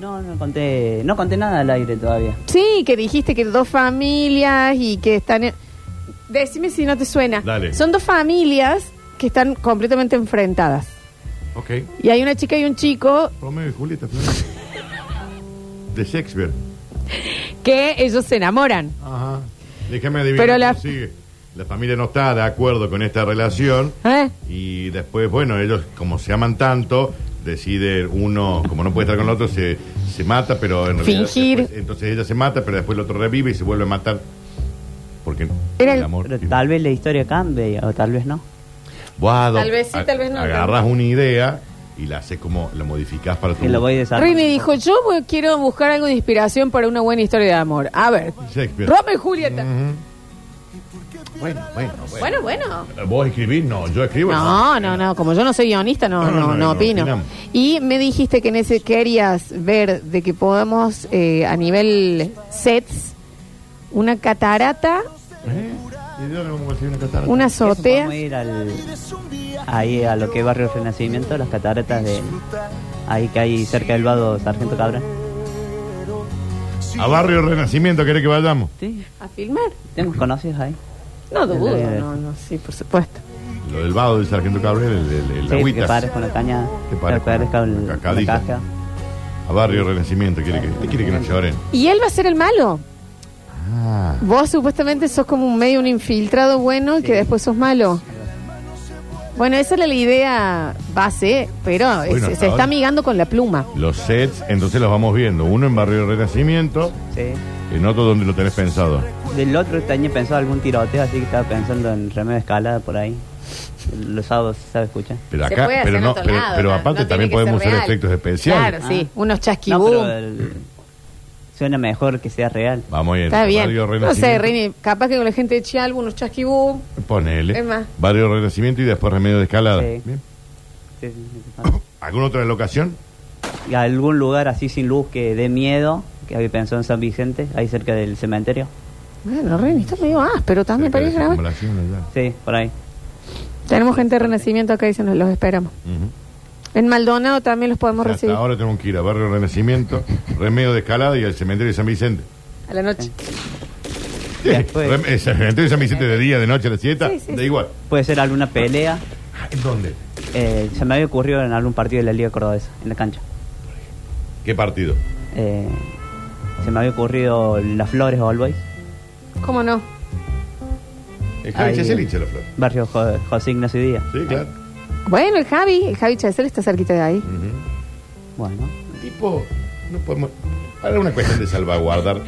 No, no conté, no conté nada al aire todavía.
Sí, que dijiste que dos familias y que están... en- Decime si no te suena.
Dale.
Son dos familias que están completamente enfrentadas.
Ok.
Y hay una chica y un chico
Romeo y Julieta, Florencia. De Shakespeare.
que ellos se enamoran.
Ajá. Déjame adivinar.
Pero
cómo
la-
sigue. La familia no está de acuerdo con esta relación.
¿Eh?
Y después, bueno, ellos, como se aman tanto, decide uno, como no puede estar con el otro, se, se mata, pero en realidad.
Fingir.
después- entonces ella se mata, pero después el otro revive y se vuelve a matar. Porque
Era el-
amor.
Pero tal vez la historia cambie o tal vez no.
Tal vez sí, tal vez no.
Agarras una idea y la haces como, la modificás para tu.
Y lo voy desarrollando.
Rini dijo, yo voy- quiero buscar algo de inspiración para una buena historia de amor. A ver,
Shakespeare.
Romeo y Julieta.
Bueno, bueno, bueno.
Bueno, bueno.
¿Vos escribís? No, yo escribo.
No, no, no, como yo no soy guionista, no, no, no, opino.
opinamos.
Y me dijiste que en ese querías ver de que podamos eh, a nivel sets una catarata,
¿Eh? ¿Y yo cómo conseguí una catarata?
una
Eso,
azotea.
Vamos a ir al, ahí a lo que es Barrio Renacimiento, las cataratas de ahí que hay cerca del vado Sargento Cabra.
A Barrio Renacimiento, ¿querés que vayamos?
Sí,
¿A filmar?
tenemos conocidos ahí.
No dudo,
Eh,
no, no, sí, por supuesto.
Lo del vado del sargento Cabrera, el, el, el
Sí,
agüitas.
que pares con la caña,
Que pares
que pares con
la
la
cascadita.
casca.
A Barrio Renacimiento, quiere que, te quiere que nos lloren.
Y él va a ser el malo.
Ah,
Vos supuestamente sos como un medio, un infiltrado bueno que después sos malo. Bueno, esa era la idea base, pero es-
Bueno, hasta
se está
ahora.
amigando con la pluma.
los sets, entonces los vamos viendo. Uno en Barrio Renacimiento,
Sí.
en otro donde lo tenés pensado.
Del otro tenía pensado algún tiroteo, así que estaba pensando en remedio de escalada por ahí. Los sábados se sabe escuchar.
Pero acá, pero no, pero, pero aparte también podemos usar efectos especiales.
Claro, sí, unos
Ah. No,
chasquibum.
pero el- suena mejor que sea real.
Vamos a ir.
Está bien.
Barrio
No sé,
Renacimiento.
Rini, capaz que con la gente de Chial, unos chasquibú.
Ponele.
Es más.
Barrio Renacimiento y después Remedio de Escalada.
Sí.
Bien.
Sí, sí, sí.
¿Alguna otra locación?
Y algún lugar así sin luz que dé miedo, que había pensado en San Vicente, ahí cerca del cementerio.
Bueno, Rini, está medio áspero también para ir a grabar.
Sí, por ahí.
Tenemos gente de Renacimiento acá, dicen, los esperamos.
Ujú.
En Maldonado también los podemos
Hasta
recibir
ahora tenemos que ir a Barrio Renacimiento, Remedio de Escalada y al Cementerio de San Vicente.
a la noche.
Sí, rem- El Cementerio de San Vicente de día, de noche, a la siesta, da igual.
Puede ser alguna pelea.
¿En dónde?
Eh, se me había ocurrido en algún partido de la Liga Cordobesa, en la cancha.
¿Qué partido?
Eh, se me había ocurrido Las Flores Always.
¿Cómo no?
El
Ahí,
Javi Chesel y
eh,
Chelo Flor.
Barrio Jo- José Ignacio Díaz.
Sí, claro.
Bueno, el Javi, el Javi Chesel está cerquita de ahí.
Bueno.
Tipo, no podemos. Para una cuestión de salvaguardar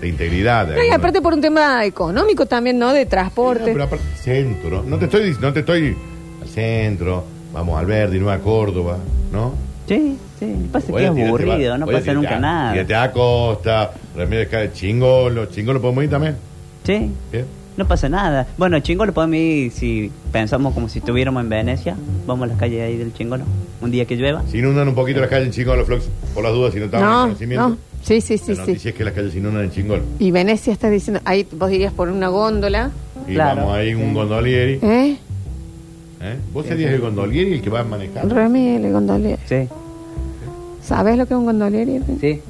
de integridad. de
No, y
alguna-
aparte por un tema económico también, ¿no? De transporte.
Pero aparte, centro. No te estoy dic- no te estoy al centro, vamos al verde, no a Córdoba, ¿no?
Sí, sí. Pasa que es aburrido, no pasa nunca nada.
Y te Acosta, Ramírez Cáceres, Chingolo, Chingolo podemos ir también.
Sí. No pasa nada. Bueno, el chingolo podemos ir si pensamos como si estuviéramos en Venecia. Vamos a las calles ahí del chingolo. Un día que llueva.
Se inundan un poquito las calles en Chingolo, Flox, por las dudas si no estamos en
No,
conocimiento.
no. Sí, sí, sí,
La
sí.
noticia es que las calles se inundan en Chingolo.
Y Venecia estás diciendo, ahí vos dirías por una góndola.
Y vamos ahí un gondolieri.
¿Eh?
¿eh? ¿Vos serías el gondolieri el que va a manejar?
Rami, el gondolier.
Sí.
¿Sabes lo que es un gondolier?
Sí.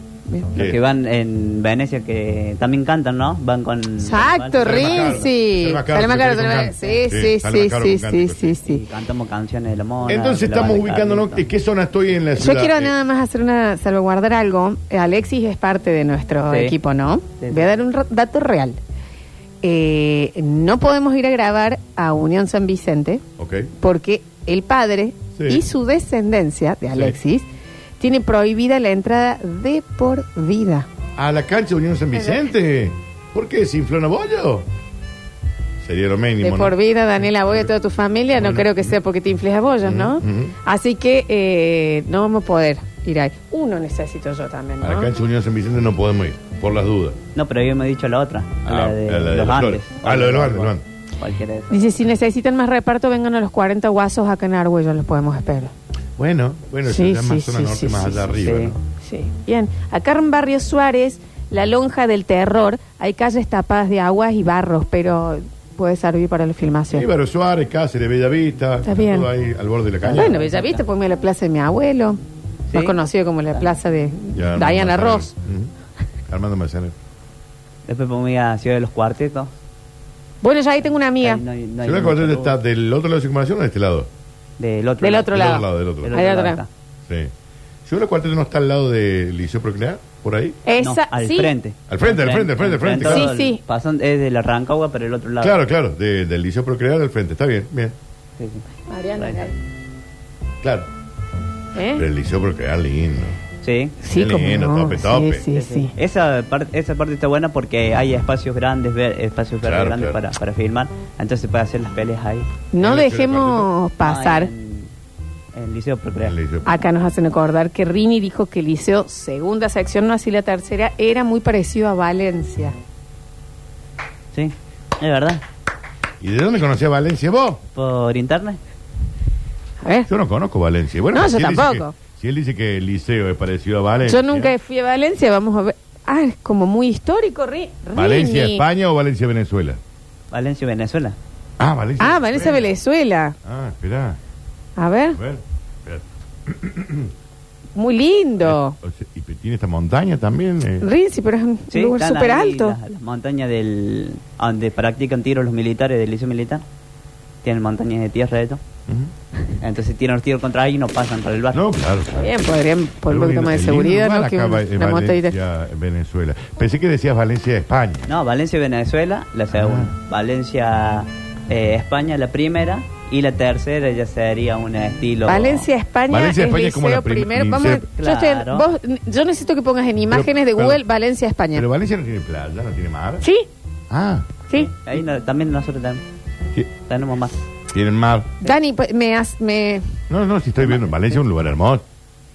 Los que van en Venecia que también cantan, ¿no? Van con...
Exacto, Rinzi. Sale más caro, sale más caro. Sí, sí, sí, sí, sí, sí, sí.
Cantamos canciones de la mona.
Entonces estamos ubicándonos en qué zona estoy en la
Yo
ciudad.
quiero
Eh,
nada más hacer una salvaguardar algo. Eh, Alexis es parte de nuestro
Sí.
equipo, ¿no? Voy a dar un ra- dato real. Eh, no podemos ir a grabar a Unión San Vicente
Ok.
porque el padre
Sí.
y su descendencia de Alexis tiene prohibida la entrada de por vida.
A la cancha de Unión San Vicente. ¿Por qué? ¿Se infló Nabollo? Sería lo
De
mínimo.
por
¿no?
vida, Daniela, voy a toda tu familia. No creo que sea porque te infles a bollos, ¿no?
Ujú.
Así que eh, no vamos a poder ir ahí. Uno necesito yo también,
A la
¿no?
cancha de Unión San Vicente no podemos ir, por las dudas.
No, pero habíamos dicho la otra. a
Ah,
la de,
a la de
los
las
Andes.
flores. Ah, lo de los Andes, los Andes.
Cualquiera de esas.
Dice, si necesitan más reparto, vengan a los 40 guasos acá en Argüello, los podemos esperar.
Bueno, bueno, se
Sí,
llama
sí,
zona
sí,
norte
sí,
más
sí,
allá
sí,
arriba,
sí.
¿no?
Sí. Bien, acá en Barrio Suárez, la lonja del terror, hay calles tapadas de aguas y barros, pero puede servir para la filmación.
Íbaro Suárez, Cáceres, Bellavista,
Está bien.
todo ahí al borde de la calle.
bueno, Bellavista, ponme la plaza de mi abuelo, más conocido como la plaza de
Ya, no,
Diana
no,
Ross.
Ujú. Armando Manzanero.
Después podemos ir a Ciudad de los Cuartetos.
Bueno, ya ahí tengo una amiga.
¿Se va a acordar de esta- del otro lado de circunvalación o de este lado?
Del otro
Del otro lado.
Del otro lado,
Ahí
del
de
otro
atrás.
lado. Sí. ¿Yo la cuarteta no está al lado del Liceo Procrear? ¿Por ahí?
Esa, sí.
Al frente, al frente, al frente, al frente. claro.
Sí, sí.
Pasan, es de la Rancagua, pero el otro lado.
Claro, claro, de- del Liceo Procrear al frente. Está bien, bien.
Mariana,
Claro.
¿eh?
Pero el Liceo Procrear lindo.
Sí.
Sí, cómo lindo, no. tope, tope. Sí, sí, sí.
Esa, parte, esa parte está buena porque hay espacios grandes, ver- espacios verdes
Claro,
grandes
claro.
Para, para filmar. Entonces se puede hacer las peleas ahí.
No dejemos pasar.
En el Liceo Procrear.
Acá nos hacen acordar que Rini dijo que el Liceo, segunda sección, no así la tercera, era muy parecido a Valencia.
Sí, es verdad.
¿Y de dónde conocía Valencia vos?
Por internet.
Yo no conozco Valencia. Bueno,
No,
si
yo
él dice
tampoco.
que- si él dice que el Liceo es parecido a Valencia.
Yo nunca fui a Valencia, vamos a ver. Ah, es como muy histórico, Ri- Rini.
¿Valencia, España o Valencia, Venezuela?
Valencia, Venezuela.
Ah, Valencia.
Ah, Valencia, Venezuela.
Ah, esperá.
A ver,
A ver. espera. Eh,
muy lindo.
O sea, y tiene esta montaña también. eh.
Rinzi, pero es un
Sí,
lugar
están
súper
ahí
alto.
Las, las montañas del, donde practican tiros los militares del liceo militar. Tienen montañas de tierra, esto. Entonces tiran los tiros contra ahí y no pasan por el barrio.
No, claro. claro.
Bien, podrían por un
Qué
poquito
lindo-
más de
qué lindo
seguridad,
lugar
¿no? Que
acá,
una,
Va- eh,
una motita.
Valencia, Venezuela. Pensé que decías Valencia, España.
No, Valencia, Venezuela, la segunda. Valencia, eh, España, la primera. Y la tercera ya sería un estilo.
Valencia, España,
Valencia,
es
España es
liceo
como la prim-
primero. Vamos a-
liceo-
yo, estoy en-
Claro.
vos- yo necesito que pongas en imágenes de
pero-
Google Valencia, España.
Pero Valencia no tiene playa, no tiene mar.
¿Sí?
Ah,
Sí.
Ahí no- también nosotros tenemos. Tenemos más.
tienen mar.
Dani, pues, me, has- me
No, no, si estoy viendo. Valencia es un lugar hermoso.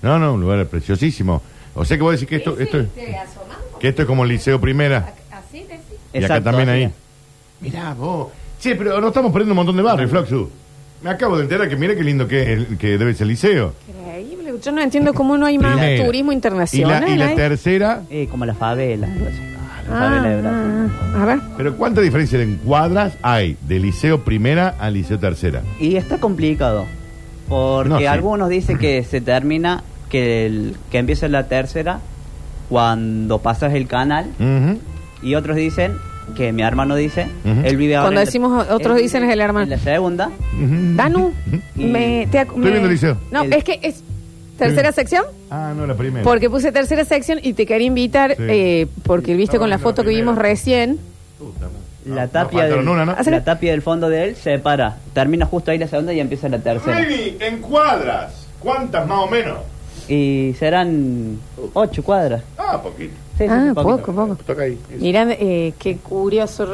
No, no, un lugar preciosísimo. O sea que voy a decir que esto, esto, es- que esto es como el Liceo Primera. Y acá
Exacto,
también
así
ahí.
es.
Mirá vos. Che, pero nos estamos perdiendo un montón de barrios, Floxu. Me acabo de enterar que mira qué lindo que, es el- que debe ser el liceo.
Increíble. Yo no entiendo cómo no hay más
Primera.
turismo
Y
internacional.
la, y la
¿eh?
tercera.
como la favela.
Ah, ah, a ver.
Pero ¿cuánta diferencia en cuadras hay de liceo primera al liceo tercera?
Y está complicado. Porque
No, sí.
algunos dicen que se termina, que, el- que empieza la tercera cuando pasas el canal. Y otros dicen, que mi hermano dice, él vive ahora
Cuando
en la-
decimos otros
él
dicen es el hermano.
La segunda.
Danu, me, te ac- me-
viendo el liceo.
No, es que es tercera sección.
Ah, no, la primera.
Porque puse tercera sección y te quería invitar,
Sí.
eh, porque viste con la foto que vimos recién.
La tapia, del,
faltaron una, ¿no?
la tapia del fondo de él se para. Termina justo ahí la segunda y empieza la tercera.
Rini, en cuadras. ¿Cuántas más o menos?
Y serán ocho cuadras.
Ah, poquito.
Sí, sí,
ah,
un poquito.
poco, poco.
Toca ahí.
Mirá, eh, qué curioso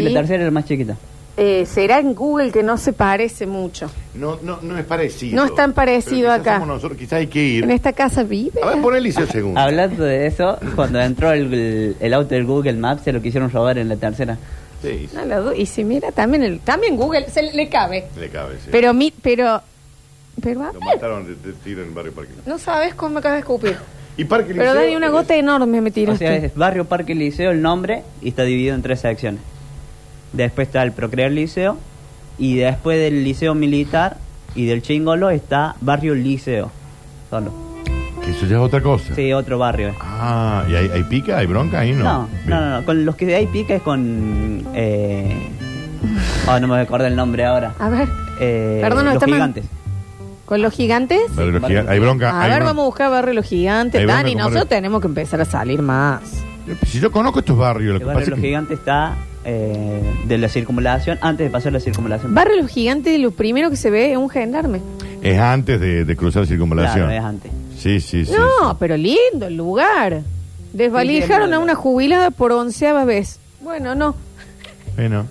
Sí, la tercera era más chiquita.
Eh, Será en Google que no se parece mucho.
No, no, no es parecido.
No es tan parecido
Pero quizás
acá.
somos nosotros, quizás hay que ir.
En este esta casa vive.
A ver, ponele ese segundo.
Hablando de eso, cuando entró el, el auto del Google Maps, se lo quisieron robar en la tercera.
Sí,
No lo du- y si mira, también el, también Google se le cabe.
le cabe, sí.
Pero mi, pero, pero
Lo
a ver,
mataron de, de tiro en el barrio Parque Lim-
no sabes cómo me acabas de escupir.
Y Parque
Pero
Liceo
Dani, una
es-
gota enorme me
O
tiraste.
sea, es Barrio Parque Liceo el nombre y está dividido en tres secciones. Después está el Procrear Liceo y después del Liceo Militar y del Chingolo está Barrio Liceo. Solo.
Que eso ya es otra cosa.
Sí, otro barrio.
Ah, ¿y hay, hay pica? ¿Hay bronca ahí? No.
No, no, no, no. Con los que hay pica es con... Eh... Oh, no me acuerdo el nombre ahora.
A ver,
Eh,
Perdón,
los
estamos-
gigantes.
con los gigantes.
Barrio Los Gigantes, hay bronca.
A
hay
ver,
bronca.
vamos a buscar barrio los gigantes.
Hay bronca
Dani,
con
nosotros
barrio-
tenemos que empezar a salir más.
Si yo conozco estos barrios, lo
El
que
barrio
pasa
Los
es que-
Gigantes está eh, de la circunvalación, antes de pasar la circunvalación.
Barrio los gigantes, lo primero que se ve es un gendarme.
es antes de, de cruzar circunvalación.
Claro, es antes.
Sí, sí, sí.
no, pero lindo el lugar. Desvalijaron a una jubilada por onceava vez. Bueno, no.
Bueno.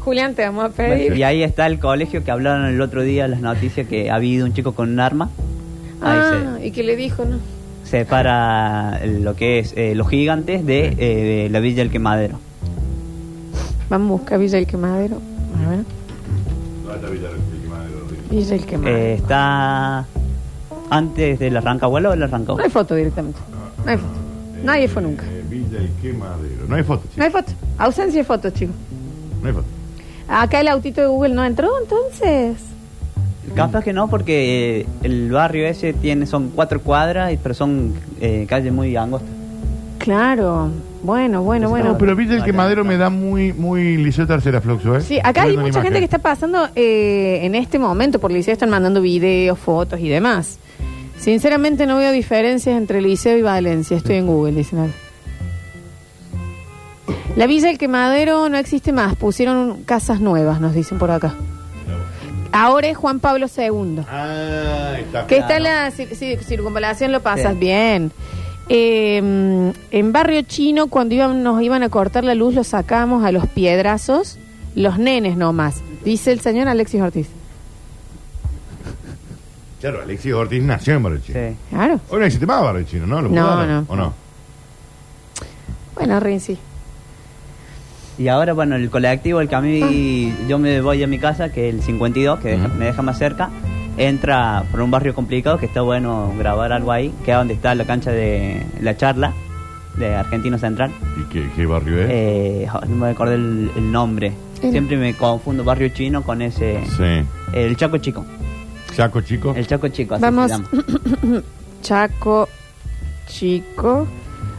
Julián, te vamos a pedir.
Y ahí está el colegio que hablaron el otro día en las noticias que ha habido un chico con un arma. Ahí
Ah, y que le dijo, no.
se separa lo que es eh, los gigantes de, eh, de la Villa del Quemadero.
Vamos a buscar Villa del Quemadero. A ver. Villa del Quemadero.
Eh, está antes del Arrancabuelo o el
No
Arrancabuelo.
hay foto directamente. No hay foto. Nadie fue nunca.
Villa del Quemadero. No hay foto,
No hay foto. Ausencia de fotos, chicos.
no hay foto.
Acá el autito de Google no entró, entonces.
Capaz que no, porque eh, el barrio ese tiene son cuatro cuadras, y- pero son eh, calles muy angostas.
Claro. Bueno, bueno, bueno.
No, pero Villa del Quemadero me da muy, muy Liceo Tercera Fluxo, ¿eh?
Sí, acá
Estoy
hay
viendo
mucha
una
gente
imagen.
que está pasando eh, en este momento por Liceo, están mandando videos, fotos y demás. Sinceramente no veo diferencias entre Liceo y Valencia, estoy en Google, dicen acá. La Villa del Quemadero no existe más, pusieron casas nuevas, nos dicen por acá. Ahora es Juan Pablo II.
Ah, está.
Que está la cir- cir- circunvalación, lo pasas
Sí.
bien. Eh, mm, en Barrio Chino, cuando iban- nos iban a cortar la luz, los sacamos a los piedrazos, los nenes nomás, dice el señor Alexis Ortiz.
Claro, Alexis Ortiz nació en Barrio Chino.
Claro.
Hoy no existe más Barrio Chino, ¿no? ¿Lo
No,
mudaron?
no.
¿O no?
Bueno, Rinzi.
Y ahora, bueno, el colectivo, el que a mí yo me voy a mi casa, que es el 52, que deja- me deja más cerca, entra por un barrio complicado, que está bueno grabar algo ahí, que es donde está la cancha de la charla de Argentino Central.
¿Y qué, qué barrio es?
Eh, jo, no me acuerdo el, el nombre.
El-
Siempre me confundo barrio chino con ese...
Sí.
El Chaco Chico.
¿Chaco Chico?
El Chaco Chico, así
Vamos,
se llama.
Chaco, Chico.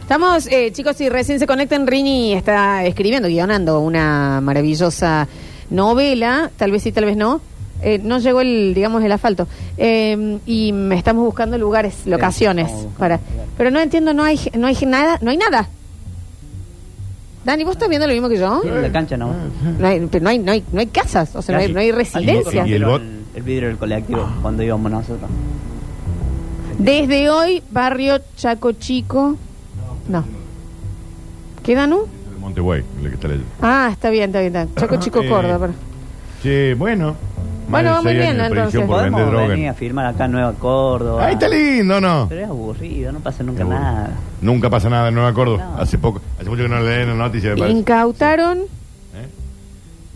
Estamos, eh, chicos, si recién se conectan, Rini está escribiendo, guionando una maravillosa novela, tal vez sí, tal vez no. Eh, no llegó el, digamos, el asfalto. Eh, y mm, estamos buscando lugares, locaciones.
estamos buscando
para, pero no entiendo, no hay, ge- no hay ge- nada, no hay nada. Dani, ¿vos estás viendo lo mismo que yo?
En la cancha no.
No hay, pero no hay, no hay, no hay casas, o sea, Ah. no hay, no hay residencias.
el, el vidrio del colectivo,
Ah.
cuando íbamos nosotros.
Desde hoy, barrio Chaco Chico. No. ¿Queda, no?
El Montegüey, el que está leyendo.
Ah, está bien, está bien. está bien. Chaco Chico
Eh,
Córdoba. pero-
Che, bueno. Más
Bueno,
de
vamos
seis
bien,
años de prisión
entonces.
por vender
Podemos
droga.
venir a firmar acá en Nueva Córdoba.
Ahí está lindo, ¿no?
Pero es aburrido, no pasa nunca
Es aburrido.
nada.
Nunca pasa nada en Nueva Córdoba. Hace poco, hace mucho que no leen la noticia. me parece.
Incautaron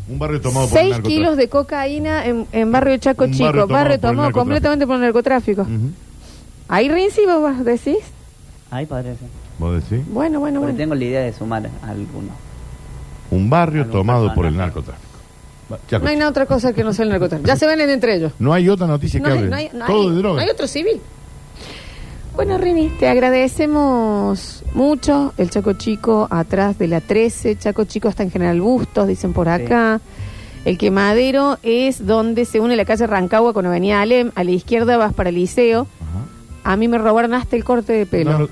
Un barrio tomado por
6
narcotráfico.
kilos de cocaína en, en barrio Chaco
Un
Chico.
barrio tomado
Barrio tomado,
por el narcotráfico.
completamente por narcotráfico. Ahí, Rinzi, vos vas- decís.
Ahí parece.
¿Vos decís?
Bueno, bueno,
Porque
bueno.
tengo la idea de sumar alguno.
Un barrio tomado por el narcotráfico. Va, Chaco
No hay
Chico.
nada otra cosa que no sea el narcotráfico. Ya se venden entre ellos.
No hay otra noticia
No
que
hay,
hable.
no hay- no
Todo
hay-
de
no
droga.
hay otro civil. Bueno, Rini, te agradecemos mucho. El Chaco Chico atrás de la 13. Chaco Chico está en General Bustos, dicen por acá. El Quemadero es donde se une la calle Rancagua con Avenida Alem. A la izquierda vas para Liceo. A mí me robaron hasta el corte de pelo.
No, no.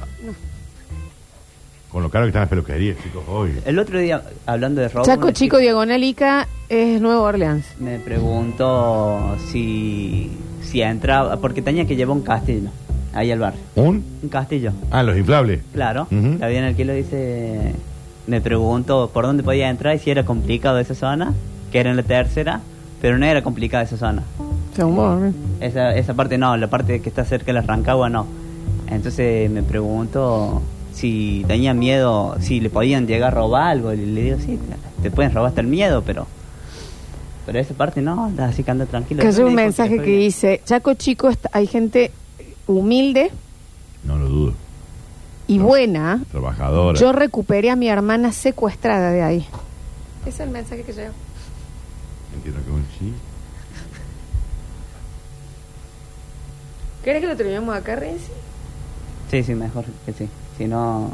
Con lo caro que están las peluquerías, chicos, hoy.
El otro día, hablando de robo,
Chaco
una
Chico Diagonal Ica es Nuevo Orleans.
chica me preguntó si, si entraba, porque tenía que llevar un castillo. ahí al barrio.
¿Un?
Un castillo.
Ah, los inflables.
Claro, la vida en el kilo dice, me pregunto por dónde podía entrar y si era complicado esa zona, que era en la tercera, pero no era complicada esa zona.
Según vos, ¿eh?
Esa, esa parte no, la parte que está cerca de la Rancagua no. Entonces me pregunto si tenía miedo, si le podían llegar a robar algo. Le, le digo, sí, te pueden robar hasta el miedo, pero... Pero esa parte no, así que anda tranquilo.
Cayó
Después
un
me dijo
mensaje
después
que dice, Chaco Chico, est- hay gente humilde
No lo dudo.
y buena.
Trabajadora.
Yo recuperé a mi hermana secuestrada de ahí.
Es el mensaje que llegó.
Entiendo que es un chiste.
¿Querés que lo terminemos acá, Renzi?
Sí, sí, mejor que sí. Si no,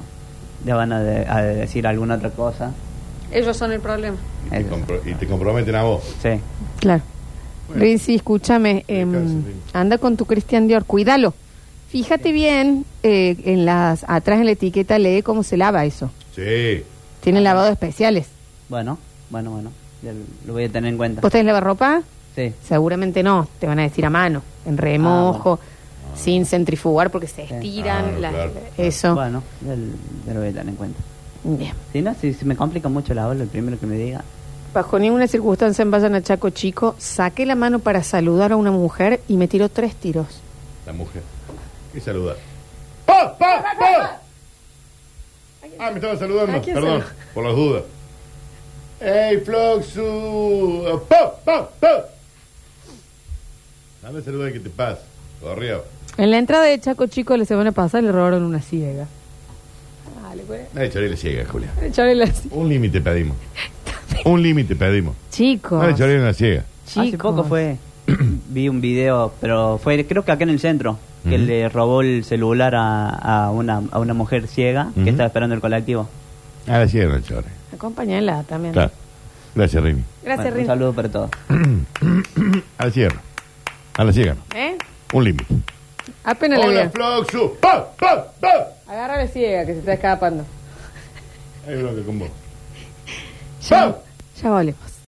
ya van a, de- a decir alguna otra cosa.
Ellos son el problema.
Y te, compro- y te comprometen a vos.
Sí.
Claro. Rinzi, escúchame, em, anda con tu Cristian Dior, cuídalo. Fíjate bien, eh, en las atrás en la etiqueta lee cómo se lava eso.
Sí.
Tienen lavados especiales.
Bueno, bueno, bueno. Ya lo- lo voy a tener en cuenta.
¿Vos tenés lavarropa?
Sí.
Seguramente no, te van a decir a mano, en remojo, sin centrifugar porque se estiran.
Claro,
las-
claro.
Eso.
Bueno, ya lo- ya lo voy a tener en cuenta.
Bien.
Si no, si, si me complica mucho la ola, el primero que me diga.
Bajo ninguna circunstancia en Vayan a Chaco Chico, saqué la mano para saludar a una mujer y me tiró tres tiros.
La mujer. Y saludar.
¡Pa,
Ah, me estaba saludando.
¿A quién
Perdón,
saluda?
por las dudas. ¡Ey, Floxu! ¡Pa, pa, pa! Dame saludos que te pasa. Correo.
En la entrada de Chaco Chico la semana pasada le robaron una ciega.
Nadie chorele ciega, Julia.
Chale la-
Un límite pedimos. Un límite pedimos.
Chicos.
Nadie chorele una ciega.
Hace poco fue, vi un video, pero fue creo que acá en el centro, que
Ujú.
le robó el celular a, a una, a una mujer ciega
Ujú.
que estaba esperando el colectivo.
A la ciega no chore.
Acompáñala también.
Claro. Gracias, Rini.
Bueno,
Gracias, Rini.
Un saludo para todos.
A la ciega. A la ciega no.
¿Eh?
Un límite.
Apenas le
Hola,
veo.
Floxu. ¡Pa, pa, pa!
Agarra la ciega que se está escapando.
Hay bloque con vos.
Ya, ya volvemos.